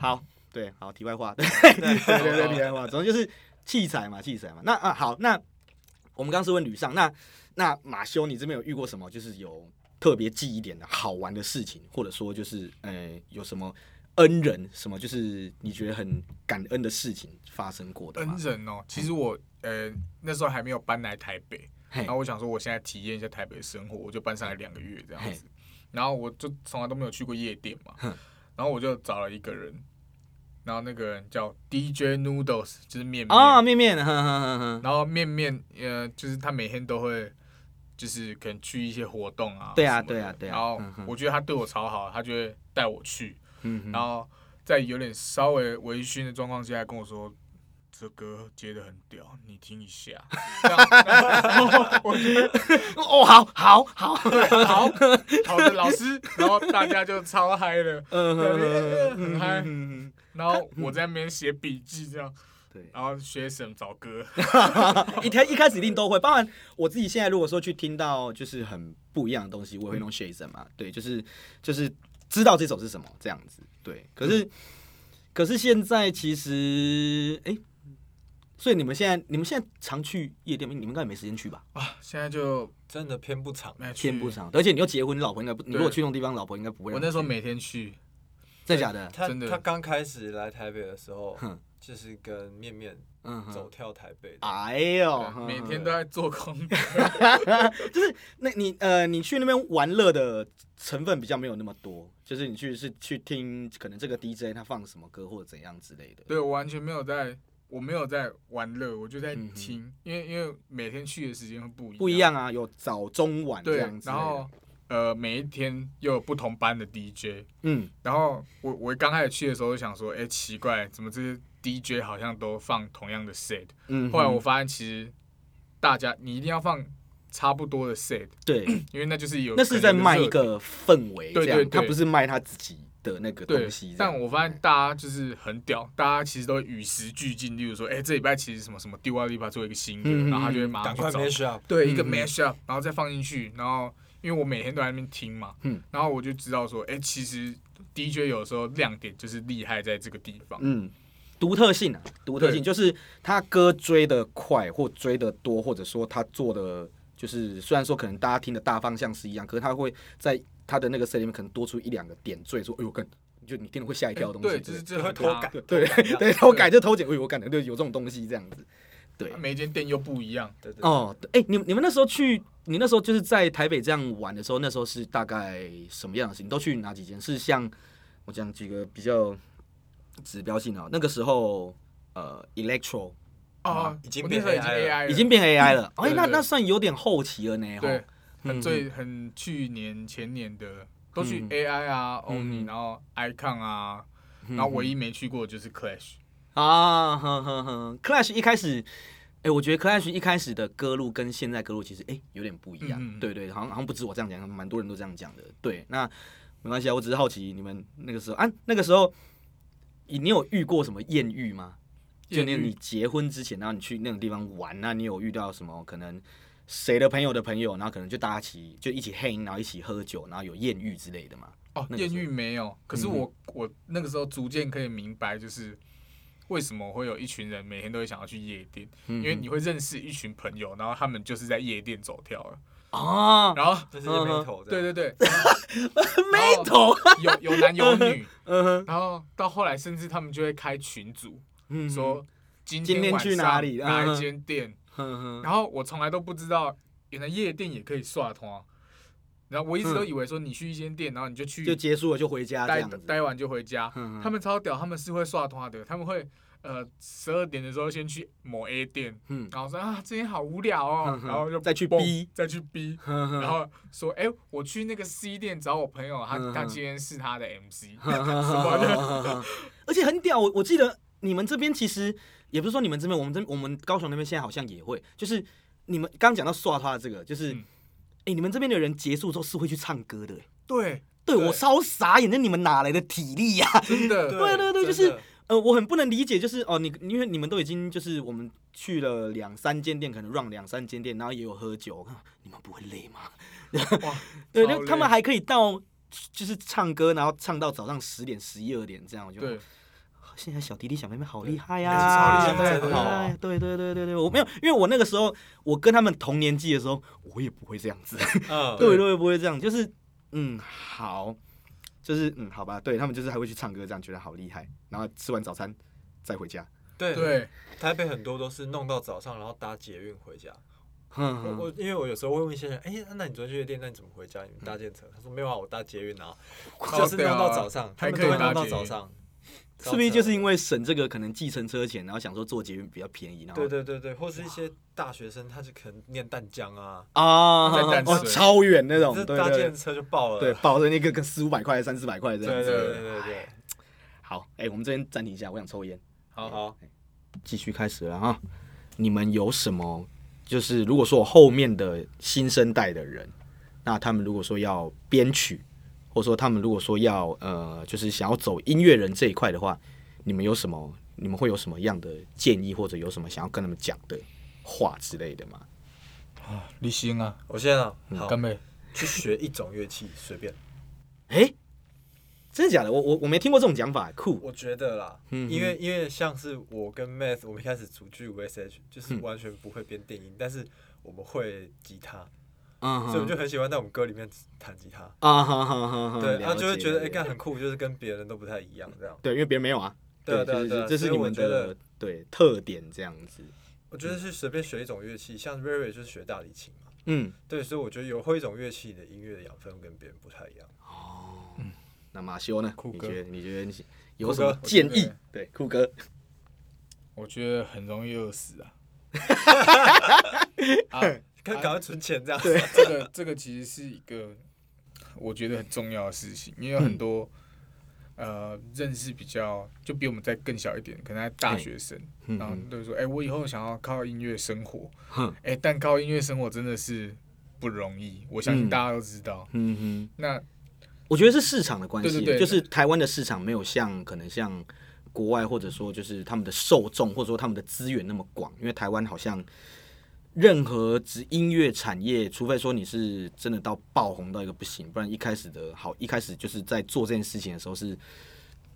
[SPEAKER 1] 好，对，好，题外话，对对对对，题外话，总之就是器材嘛，器材嘛。那啊，好，那我们刚刚是问吕尚，那那马修，你这边有遇过什么就是有特别记忆点的好玩的事情，或者说就是呃有什么恩人什么，就是你觉得很感恩的事情发生过的
[SPEAKER 2] 恩
[SPEAKER 1] 吗？
[SPEAKER 2] 人哦，其实我呃那时候还没有搬来台北，
[SPEAKER 1] 嘿
[SPEAKER 2] 然后我想说，我现在体验一下台北的生活，我就搬上来两个月这样
[SPEAKER 1] 嘿
[SPEAKER 2] 子。然后我就从来都没有去过夜店嘛
[SPEAKER 1] 哼，
[SPEAKER 2] 然后我就找了一个人，然后那个人叫 DJ Noodles，就是面面。
[SPEAKER 1] 啊，面面，哼哼哼哼，
[SPEAKER 2] 然后面面，呃，就是他每天都会，就是可能去一些活动啊什么的。
[SPEAKER 1] 对啊对啊对啊
[SPEAKER 2] 然后
[SPEAKER 1] 嗯哼
[SPEAKER 2] 我觉得他对我超好，他就会带我去，
[SPEAKER 1] 嗯
[SPEAKER 2] 然
[SPEAKER 1] 哼，
[SPEAKER 2] 后在有点稍微微醺的状况下跟我说。这歌接的很屌，你听一下。 <laughs> 这样然后我觉得
[SPEAKER 1] 哦，好，好，好，
[SPEAKER 2] 对好好的老师，然后大家就超嗨了。
[SPEAKER 1] 嗯
[SPEAKER 2] 哼
[SPEAKER 1] 哼，
[SPEAKER 2] 很嗨
[SPEAKER 1] 嗯
[SPEAKER 2] 然后我在那边写笔记，这样，
[SPEAKER 1] 对，
[SPEAKER 2] 然后学什么找 <laughs> 歌，
[SPEAKER 1] <laughs> 一开一开始一定都会，包含我自己现在如果说去听到就是很不一样的东西，我也
[SPEAKER 2] 嗯
[SPEAKER 1] 会弄 Shazen 嘛，对，就是就是知道这首是什么这样子，对。可
[SPEAKER 2] 嗯
[SPEAKER 1] 是、可是现在其实，哎、所以你们现在你们现在常去夜店吗，你们应该也没时间去吧？
[SPEAKER 2] 啊现在就
[SPEAKER 3] <laughs>
[SPEAKER 2] 哎
[SPEAKER 3] 真的偏不长。
[SPEAKER 2] 没去
[SPEAKER 1] 天不。长，而且你又结婚，你老婆应该不，你如果
[SPEAKER 2] 对
[SPEAKER 1] 去那种地方，老婆应该不会让
[SPEAKER 2] 我
[SPEAKER 1] 你去。
[SPEAKER 2] 那时候每天去，
[SPEAKER 1] 真的假的，
[SPEAKER 3] 他
[SPEAKER 2] 真的
[SPEAKER 3] 他刚开始来台北的时候
[SPEAKER 1] 哼，
[SPEAKER 3] 就是跟面面
[SPEAKER 1] 嗯哼，
[SPEAKER 3] 走跳台北的，
[SPEAKER 1] 哎呦，
[SPEAKER 2] 每天都在做功课。
[SPEAKER 1] 那你呃，你去那边玩乐的成分比较没有那么多，就是你去是去听可能这个 DJ 他放什么歌或者怎样之类的。
[SPEAKER 2] <laughs> 对我完全没有在，我没有在玩乐，我就在
[SPEAKER 1] 嗯哼
[SPEAKER 2] 听，因为因为每天去的时间会不一样，
[SPEAKER 1] 不一样啊，有早中晚这
[SPEAKER 2] 对
[SPEAKER 1] 样，子。
[SPEAKER 2] 然后，呃每一天又有不同班的 DJ，
[SPEAKER 1] 嗯，
[SPEAKER 2] 然后我我刚开始去的时候就想说，哎、奇怪，怎么这些 DJ 好像都放同样的 set？、
[SPEAKER 1] 嗯，
[SPEAKER 2] 后来我发现其实大家你一定要放差不多的 set， <clears throat>
[SPEAKER 1] 对，
[SPEAKER 2] 因为那就是有
[SPEAKER 1] 那是
[SPEAKER 2] 可能
[SPEAKER 1] 在
[SPEAKER 2] 有
[SPEAKER 1] 卖
[SPEAKER 2] 热
[SPEAKER 1] 一个氛围，
[SPEAKER 2] 对
[SPEAKER 1] 这样
[SPEAKER 2] 对对
[SPEAKER 1] 他不是卖他自己的那个
[SPEAKER 2] 对
[SPEAKER 1] 东西，。
[SPEAKER 2] 但我发现大家就是很屌，大家其实都与时俱进。例如说，哎、这礼拜其实什么什么 d 啊 l 巴做一个新歌，
[SPEAKER 1] 嗯
[SPEAKER 2] 然后他就会马上
[SPEAKER 3] 赶
[SPEAKER 2] 去
[SPEAKER 3] 快
[SPEAKER 2] 找
[SPEAKER 3] mash up。
[SPEAKER 2] 对，一个
[SPEAKER 1] 嗯嗯
[SPEAKER 2] mash up，然后再放进去，然后因为我每天都在那边听嘛，
[SPEAKER 1] 嗯
[SPEAKER 2] 然后我就知道说，哎、其实 DJ 有时候亮点就是厉害在这个地方，
[SPEAKER 1] 嗯，独特性啊，独特性
[SPEAKER 2] 对
[SPEAKER 1] 就是他歌追得快或追得多，或者说他做的就是虽然说可能大家听的大方向是一样，可是他会在他的那个 set 里面可能多出一两个点缀，说哎呦干，就你听了会吓一跳的东西，
[SPEAKER 2] 哎对，就是这
[SPEAKER 3] 会
[SPEAKER 2] 很
[SPEAKER 3] 偷
[SPEAKER 2] 搭
[SPEAKER 3] 改
[SPEAKER 1] 对对对，偷改就偷剪，哎呦我感觉对有这种东西这样子，对
[SPEAKER 2] 啊，每一间店又不一样，
[SPEAKER 3] 对对对，
[SPEAKER 1] 哦，对哎、你你们那时候去，你那时候就是在台北这样玩的时候，那时候是大概什么样的事情？你都去哪几间？是像我讲几个比较指标性的哦，那个时候呃，Electro
[SPEAKER 2] 啊，
[SPEAKER 3] 已经
[SPEAKER 2] 我那
[SPEAKER 3] 变
[SPEAKER 2] 时候已经
[SPEAKER 3] AI 了
[SPEAKER 2] AI 了，
[SPEAKER 1] 已嗯经变 AI 了，哎、
[SPEAKER 2] 对
[SPEAKER 1] 那
[SPEAKER 2] 对
[SPEAKER 1] 那算有点后期了呢，
[SPEAKER 2] 对
[SPEAKER 1] 吼，
[SPEAKER 2] 很
[SPEAKER 1] 嗯
[SPEAKER 2] 最很去年前年的都去
[SPEAKER 1] 嗯
[SPEAKER 2] AI 啊
[SPEAKER 1] 嗯
[SPEAKER 2] ，Oni，然后 Icon 啊，然后唯一没去过就是 Clash，
[SPEAKER 1] 啊，哼哼哼，Clash 一开始。哎、我觉得 Clash 一开始的歌路跟现在歌路其实哎、有点不一样，
[SPEAKER 2] 嗯嗯
[SPEAKER 1] 对对，好像好像不止我这样讲，蛮多人都这样讲的。对，那没关系啊，我只是好奇你们那个时候啊，那个时候你你有遇过什么艳遇吗？就
[SPEAKER 2] 艳
[SPEAKER 1] 你
[SPEAKER 2] 遇
[SPEAKER 1] 你结婚之前，然后你去那种地方玩，那你有遇到什么可能谁的朋友的朋友，然后可能就大家一起就一起 hang，然后一起喝酒，然后有艳遇之类的吗？
[SPEAKER 2] 哦，
[SPEAKER 1] 那个
[SPEAKER 2] 艳
[SPEAKER 1] 时候
[SPEAKER 2] 遇没有，可是
[SPEAKER 1] 嗯哼
[SPEAKER 2] 我、我那个时候逐渐可以明白，就是为什么会有一群人每天都会想要去夜店，
[SPEAKER 1] 因
[SPEAKER 2] 因为你会认识一群朋友，然后他们就是在夜店走跳了，
[SPEAKER 1] 啊，
[SPEAKER 2] 然后
[SPEAKER 3] 这是眉头，
[SPEAKER 2] 对
[SPEAKER 1] 嗯
[SPEAKER 2] 对对，
[SPEAKER 1] <laughs> 没头，
[SPEAKER 2] 有有男有
[SPEAKER 1] <laughs>
[SPEAKER 2] 女，
[SPEAKER 1] 嗯哼
[SPEAKER 2] 然后到后来甚至他们就会开群组，
[SPEAKER 1] 嗯哼
[SPEAKER 2] 说今
[SPEAKER 1] 今天
[SPEAKER 2] 晚
[SPEAKER 1] 去
[SPEAKER 2] 上
[SPEAKER 1] 哪里
[SPEAKER 2] 哪
[SPEAKER 1] 嗯
[SPEAKER 2] 一
[SPEAKER 1] 哼
[SPEAKER 2] 间店，
[SPEAKER 1] 嗯哼哼
[SPEAKER 2] 然后我从来都不知道原来夜店也可以刷通啊，然后我一直都以为说你去一间店，然后你就去
[SPEAKER 1] 嗯就结束了就回家啊这
[SPEAKER 2] 嗯待
[SPEAKER 1] 样子。
[SPEAKER 2] 待完就回家，
[SPEAKER 1] 嗯
[SPEAKER 2] 他们超屌，他们是会刷团的，他们会呃十二点的时候先去某 A 店，
[SPEAKER 1] 嗯
[SPEAKER 2] 然后说啊今天好无聊哦
[SPEAKER 1] 嗯，哼
[SPEAKER 2] 然后就
[SPEAKER 1] 再去嗯
[SPEAKER 2] 蹦
[SPEAKER 1] B
[SPEAKER 2] 再去 B，
[SPEAKER 1] 哼哼
[SPEAKER 2] 然后说哎、我去那个 C 店找我朋友，他
[SPEAKER 1] 嗯
[SPEAKER 2] 他
[SPEAKER 1] 哼
[SPEAKER 2] 今天是他
[SPEAKER 1] <laughs>
[SPEAKER 2] 的 MC，
[SPEAKER 1] 而且很屌，我我记得你们这边其实也不是说你们这边，我们这我们高雄那边现在好像也会，就是你们刚刚讲到刷他的这个，就是哎、
[SPEAKER 2] 嗯
[SPEAKER 1] 诶你们这边的人结束之后是会去唱歌的、诶
[SPEAKER 2] <laughs> 对，
[SPEAKER 1] 对
[SPEAKER 2] 对
[SPEAKER 1] 我超傻眼，那你们哪来的体力呀、 <laughs>
[SPEAKER 2] 真的，
[SPEAKER 1] 对对对就是
[SPEAKER 3] 真的
[SPEAKER 1] 呃，我很不能理解，就是哦，你因为你们都已经就是我们去了两三间店，可能 run 两三间店，然后也有喝酒， <laughs> 你们不会累吗？
[SPEAKER 2] 哇，
[SPEAKER 1] 对，
[SPEAKER 2] 超
[SPEAKER 1] 那他
[SPEAKER 2] 累
[SPEAKER 1] 们还可以到就是唱歌，然后唱到早上十点、十一二点这样，我就 <laughs>
[SPEAKER 2] 对，
[SPEAKER 1] 现在小弟弟小妹妹好厉害呀、
[SPEAKER 3] 呀
[SPEAKER 2] 超厉害
[SPEAKER 1] 对
[SPEAKER 2] 的
[SPEAKER 1] 啊对对对对对，我没有，因为我那个时候我跟他们同年纪的时候，我也不会这样子，
[SPEAKER 3] 嗯，
[SPEAKER 1] 对，
[SPEAKER 2] 对
[SPEAKER 1] 我也不会这样，就是嗯好，就是嗯好吧，对他们就是还会去唱歌，这样觉得好厉害，然后吃完早餐再回家，
[SPEAKER 3] 对，
[SPEAKER 2] 对，
[SPEAKER 1] <laughs>
[SPEAKER 3] 台北很多都是弄到早上，然后搭捷运回家。我
[SPEAKER 1] 嗯，
[SPEAKER 3] 我因为我有时候会问一些人，哎、那你昨天去夜店，那你怎么回家？你
[SPEAKER 1] 嗯
[SPEAKER 3] 搭电车？他说没有啊，我搭捷运啊，
[SPEAKER 1] <laughs>
[SPEAKER 3] 就是弄到早上，他
[SPEAKER 2] 啊还
[SPEAKER 3] 们
[SPEAKER 2] 可以
[SPEAKER 3] 都会
[SPEAKER 2] 搭
[SPEAKER 3] 弄到
[SPEAKER 2] 捷运
[SPEAKER 3] 早上，
[SPEAKER 1] 是不是就是因为省这个可能计程车钱，然后想说坐捷运比较便宜，然后
[SPEAKER 3] 对对对对，或是一些大学生，他就可能念淡江啊，
[SPEAKER 1] 啊，
[SPEAKER 2] 在淡水
[SPEAKER 1] 哦，超远那种，
[SPEAKER 3] 这
[SPEAKER 1] 对
[SPEAKER 3] 搭
[SPEAKER 1] 对
[SPEAKER 3] 电车就爆了。
[SPEAKER 1] 对，保着那个跟四五百块、三四百块这样
[SPEAKER 3] 对对
[SPEAKER 1] 子。
[SPEAKER 3] 对对对，
[SPEAKER 1] 好，哎、我们这边暂停一下，我想抽烟。
[SPEAKER 3] 好好，
[SPEAKER 1] 继续开始了哈。你们有什么？就是如果说我后面的新生代的人，那他们如果说要编曲，或者说他们如果说要呃，就是想要走音乐人这一块的话，你们有什么？你们会有什么样的建议，或者有什么想要跟他们讲的话之类的吗？
[SPEAKER 2] 立新啊，
[SPEAKER 3] 我先啊，
[SPEAKER 1] 嗯
[SPEAKER 3] 好，
[SPEAKER 2] 干杯！
[SPEAKER 3] 去学一种乐器，随便。
[SPEAKER 1] 哎、真的假的？我我我没听过这种讲法，酷。
[SPEAKER 3] 我觉得啦，
[SPEAKER 1] 嗯
[SPEAKER 3] 因为因为像是我跟 Math，我们一开始组剧 VSH，就是
[SPEAKER 1] 嗯
[SPEAKER 3] 完全不会编电音，但是我们会吉他，
[SPEAKER 1] 嗯
[SPEAKER 3] 所以我们就很喜欢在我们歌里面弹吉他。
[SPEAKER 1] 啊哈哈哈哈，
[SPEAKER 3] 对，
[SPEAKER 1] 了
[SPEAKER 3] 他就会
[SPEAKER 1] 解
[SPEAKER 3] 觉得
[SPEAKER 1] 了
[SPEAKER 3] 哎，
[SPEAKER 1] 解
[SPEAKER 3] 干很酷，就是跟别人都不太一样这样。
[SPEAKER 1] 对，因为别人没有啊。
[SPEAKER 3] 对啊对啊
[SPEAKER 1] 就是
[SPEAKER 3] 对啊
[SPEAKER 1] 这是
[SPEAKER 3] 所以
[SPEAKER 1] 你
[SPEAKER 3] 我
[SPEAKER 1] 们
[SPEAKER 3] 觉得
[SPEAKER 1] 的对特点这样子。
[SPEAKER 3] 我觉得是随便学一种乐器，像 Ray Ray 就是学大提琴嘛。
[SPEAKER 1] 嗯，
[SPEAKER 3] 对，所以我觉得有会一种乐器的音乐的养分跟别人不太一样。
[SPEAKER 1] 那马修呢？
[SPEAKER 2] 酷
[SPEAKER 1] 你
[SPEAKER 2] 哥
[SPEAKER 1] 觉得你觉得你有
[SPEAKER 3] 酷
[SPEAKER 1] 什么
[SPEAKER 3] 哥
[SPEAKER 1] 建
[SPEAKER 2] 我觉
[SPEAKER 1] 议
[SPEAKER 2] 得？
[SPEAKER 1] 对，酷哥，
[SPEAKER 2] 我觉得很容易饿死
[SPEAKER 1] <laughs>
[SPEAKER 2] 啊。啊，
[SPEAKER 3] 赶赶快存钱这样。
[SPEAKER 2] 对，这个这个其实是一个我觉得很重要的事情，因为有很
[SPEAKER 1] 嗯
[SPEAKER 2] 多、呃认识比较就比我们再更小一点，可能还大学生，
[SPEAKER 1] 嗯
[SPEAKER 2] 然后
[SPEAKER 1] 嗯
[SPEAKER 2] 都说，哎、我以后想要靠音乐生活，
[SPEAKER 1] 哼
[SPEAKER 2] 哎、但靠音乐生活真的是不容易，我相
[SPEAKER 1] 嗯
[SPEAKER 2] 信大家都知道。
[SPEAKER 1] 嗯哼，
[SPEAKER 2] 那
[SPEAKER 1] 我觉得是市场的关系，
[SPEAKER 2] 对对对
[SPEAKER 1] 就是台湾的市场没有像可能像国外或者说就是他们的受众或者说他们的资源那么广，因为台湾好像。任何职音乐产业，除非说你是真的到爆红到一个不行，不然一开始的好，一开始就是在做这件事情的时候是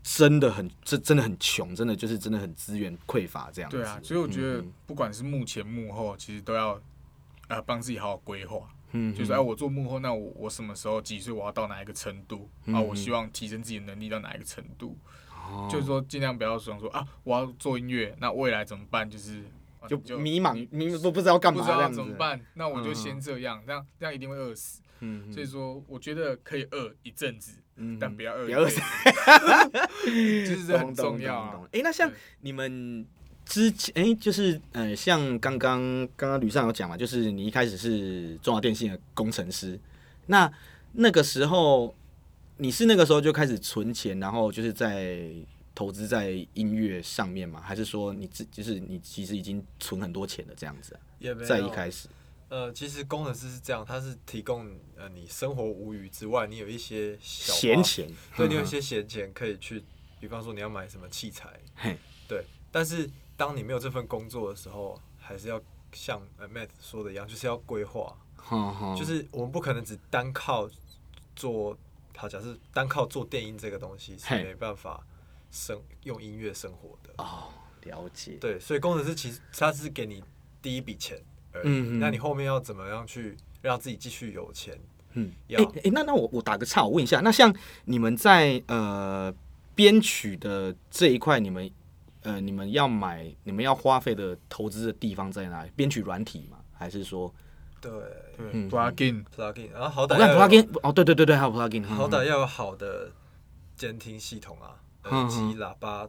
[SPEAKER 1] 真的很， <laughs> 这真的很穷，真的就是真的很资源匮乏这样子。
[SPEAKER 2] 对啊，所以我觉得
[SPEAKER 1] 嗯
[SPEAKER 2] 不管是幕前幕后，其实都要呃帮自己好好规划。
[SPEAKER 1] 嗯，
[SPEAKER 2] 就是哎、我做幕后，那我我什么时候几岁，我要到哪一个程度啊？
[SPEAKER 1] 嗯
[SPEAKER 2] 我希望提升自己的能力到哪一个程度？
[SPEAKER 1] 哦
[SPEAKER 2] 就是说尽量不要想说啊，我要做音乐，那未来怎么办？就是啊
[SPEAKER 1] 就
[SPEAKER 2] 就
[SPEAKER 1] 迷茫，迷不不知道干
[SPEAKER 2] 不
[SPEAKER 1] 嘛
[SPEAKER 2] 知
[SPEAKER 1] 这
[SPEAKER 2] 道
[SPEAKER 1] 样子。
[SPEAKER 2] 怎么办，那我
[SPEAKER 1] 嗯
[SPEAKER 2] 就
[SPEAKER 1] 嗯
[SPEAKER 2] 先这样，这样这样一定会饿死。
[SPEAKER 1] 嗯，嗯
[SPEAKER 2] 所以说，我觉得可以饿一阵子，
[SPEAKER 1] 嗯
[SPEAKER 2] 但不要饿
[SPEAKER 1] 不
[SPEAKER 2] 一
[SPEAKER 1] 要饿
[SPEAKER 2] 辈
[SPEAKER 1] 死
[SPEAKER 2] 子，
[SPEAKER 1] <laughs>
[SPEAKER 3] <laughs>
[SPEAKER 2] 就是这很重要啊。
[SPEAKER 1] 哎，诶那像你们之前，哎，就是呃，像刚刚刚刚吕尚有讲嘛，就是你一开始是中华电信的工程师，那那个时候你是那个时候就开始存钱，然后就是在。投资在音乐上面吗？还是说你自就是你其实已经存很多钱了这样子啊、
[SPEAKER 3] 也没有。
[SPEAKER 1] 在一开始，
[SPEAKER 3] 呃，其实工程师是这样，他是提供呃你生活无余之外，你有一些小花
[SPEAKER 1] 闲，钱，<laughs>
[SPEAKER 3] 对你有一些闲钱可以去，比方说你要买什么器材，
[SPEAKER 1] 嘿，
[SPEAKER 3] 对。但是当你没有这份工作的时候，还是要像呃 Matt 说的一样，就是要规划，
[SPEAKER 1] 哼哼
[SPEAKER 3] 就是我们不可能只单靠做，好，假设单靠做电音这个东西是
[SPEAKER 1] 嘿
[SPEAKER 3] 没办法生用音乐生活的，
[SPEAKER 1] 哦，了解，
[SPEAKER 3] 对，所以工程师其实他是给你第一笔钱而已，
[SPEAKER 1] 嗯嗯
[SPEAKER 3] 那你后面要怎么样去让自己继续有钱？
[SPEAKER 1] 嗯，哎、
[SPEAKER 3] 要
[SPEAKER 1] 诶那那我我打个岔，我问一下，那像你们在呃编曲的这一块，你们呃你们要买，你们要花费的投资的地方在哪里？编曲软体吗？还是说，
[SPEAKER 3] 对
[SPEAKER 1] 嗯
[SPEAKER 2] 对，plugin 啊
[SPEAKER 3] ，plugin，然后好
[SPEAKER 1] 我
[SPEAKER 3] 歹
[SPEAKER 1] 看
[SPEAKER 3] 要有
[SPEAKER 1] plugin 哦，对对对对，还有 plugin，
[SPEAKER 3] 好
[SPEAKER 1] 的
[SPEAKER 3] 歹要有好的监听系统啊，
[SPEAKER 1] 嗯
[SPEAKER 3] 耳机、喇叭，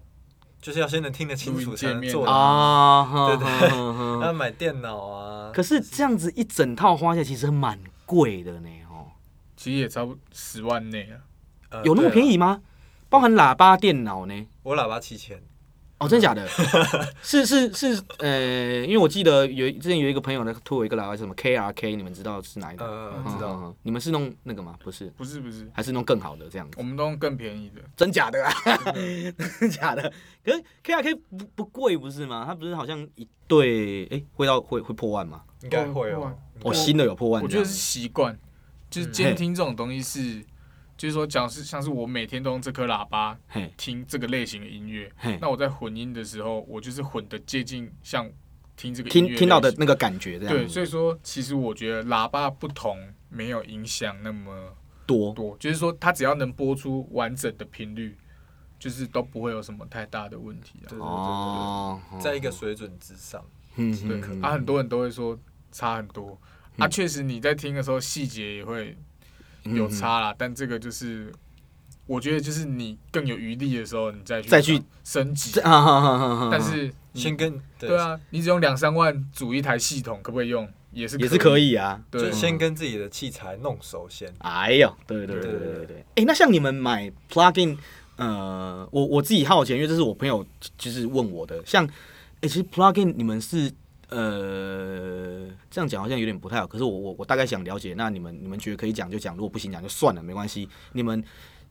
[SPEAKER 3] 就是要先能听得清
[SPEAKER 2] 录
[SPEAKER 3] 楚
[SPEAKER 2] 音
[SPEAKER 3] 才
[SPEAKER 2] 界
[SPEAKER 3] 能
[SPEAKER 2] 面
[SPEAKER 3] 做
[SPEAKER 2] 啊
[SPEAKER 3] 的。
[SPEAKER 1] 啊，哈
[SPEAKER 3] 对对
[SPEAKER 1] 哈哈
[SPEAKER 3] <laughs>
[SPEAKER 1] 哈
[SPEAKER 3] 要买电脑啊，
[SPEAKER 1] 可是这样子一整套花下来其实蛮贵的呢，哦，
[SPEAKER 2] 其实也差不多十万内啊。
[SPEAKER 3] 呃
[SPEAKER 1] 有那么便？
[SPEAKER 3] 对
[SPEAKER 1] 宜
[SPEAKER 3] 啊
[SPEAKER 1] 吗？包含喇叭、电脑呢？
[SPEAKER 3] 我喇叭七千，
[SPEAKER 1] 哦，真的假的？是是是，呃，因为我记得有之前有一个朋友呢，推我一个喇叭，什么 KRK，你们知道是哪一台？
[SPEAKER 3] 呃，
[SPEAKER 1] 嗯
[SPEAKER 3] 知道。
[SPEAKER 1] 嗯嗯你们是弄那个吗？不是，
[SPEAKER 2] 不是不是，
[SPEAKER 1] 还是弄更好的这样子？
[SPEAKER 2] 我们都用更便哦宜的。
[SPEAKER 1] 真假的啊？ <laughs> 真假的？可是 KRK 不不贵不是吗？它不是好像一对，哎、会到会会破万吗？
[SPEAKER 3] 应该会哦。
[SPEAKER 1] 哦，新的有破万
[SPEAKER 2] 我
[SPEAKER 1] 这
[SPEAKER 2] 觉得
[SPEAKER 1] 样
[SPEAKER 2] 是
[SPEAKER 1] 子，
[SPEAKER 2] 习惯，
[SPEAKER 1] 嗯
[SPEAKER 2] 就是监听这种东西是，就是说，讲是像是我每天都用这颗喇叭
[SPEAKER 1] 嘿
[SPEAKER 2] 听这个类型的音乐，
[SPEAKER 1] 嘿，
[SPEAKER 2] 那我在混音的时候，我就是混的接近像听这个音乐
[SPEAKER 1] 听
[SPEAKER 2] 类型
[SPEAKER 1] 听到的那个感觉这样
[SPEAKER 2] 对，
[SPEAKER 1] 子
[SPEAKER 2] 所以说其实我觉得喇叭不同没有影响那么
[SPEAKER 1] 多，
[SPEAKER 2] 多，就是说它只要能播出完整的频率，就是都不会有什么太大的问题啊。
[SPEAKER 3] 对对对对
[SPEAKER 1] 哦，
[SPEAKER 3] 对，在一个水准之上。
[SPEAKER 1] 嗯
[SPEAKER 3] 对可
[SPEAKER 1] 嗯
[SPEAKER 2] 啊，很多人都会说差很多。啊，确实你在听的时候细节也会
[SPEAKER 1] 嗯
[SPEAKER 2] 有差啦，但这个就是我觉得就是你更有余力的时候，你再去
[SPEAKER 1] 再去
[SPEAKER 2] 升级
[SPEAKER 1] 这，啊 <laughs> 哈哈哈哈
[SPEAKER 2] 但是你
[SPEAKER 3] 先跟
[SPEAKER 2] 嗯对，啊，你只用两三万组一台系统，可不可以用？也是
[SPEAKER 1] 也是可，以啊。
[SPEAKER 3] 就
[SPEAKER 2] 对
[SPEAKER 3] 是，先跟自己的器材弄熟先。
[SPEAKER 1] 哎呦，对对对对对对。哎、那像你们买 plugin，呃，我我自己好奇，因为这是我朋友就是问我的。像，哎、其实 plugin 你们是呃，这样讲好像有点不太好。可是我我我大概想了解，那你们你们觉得可以讲就讲，如果不行讲就算了，没关系。你们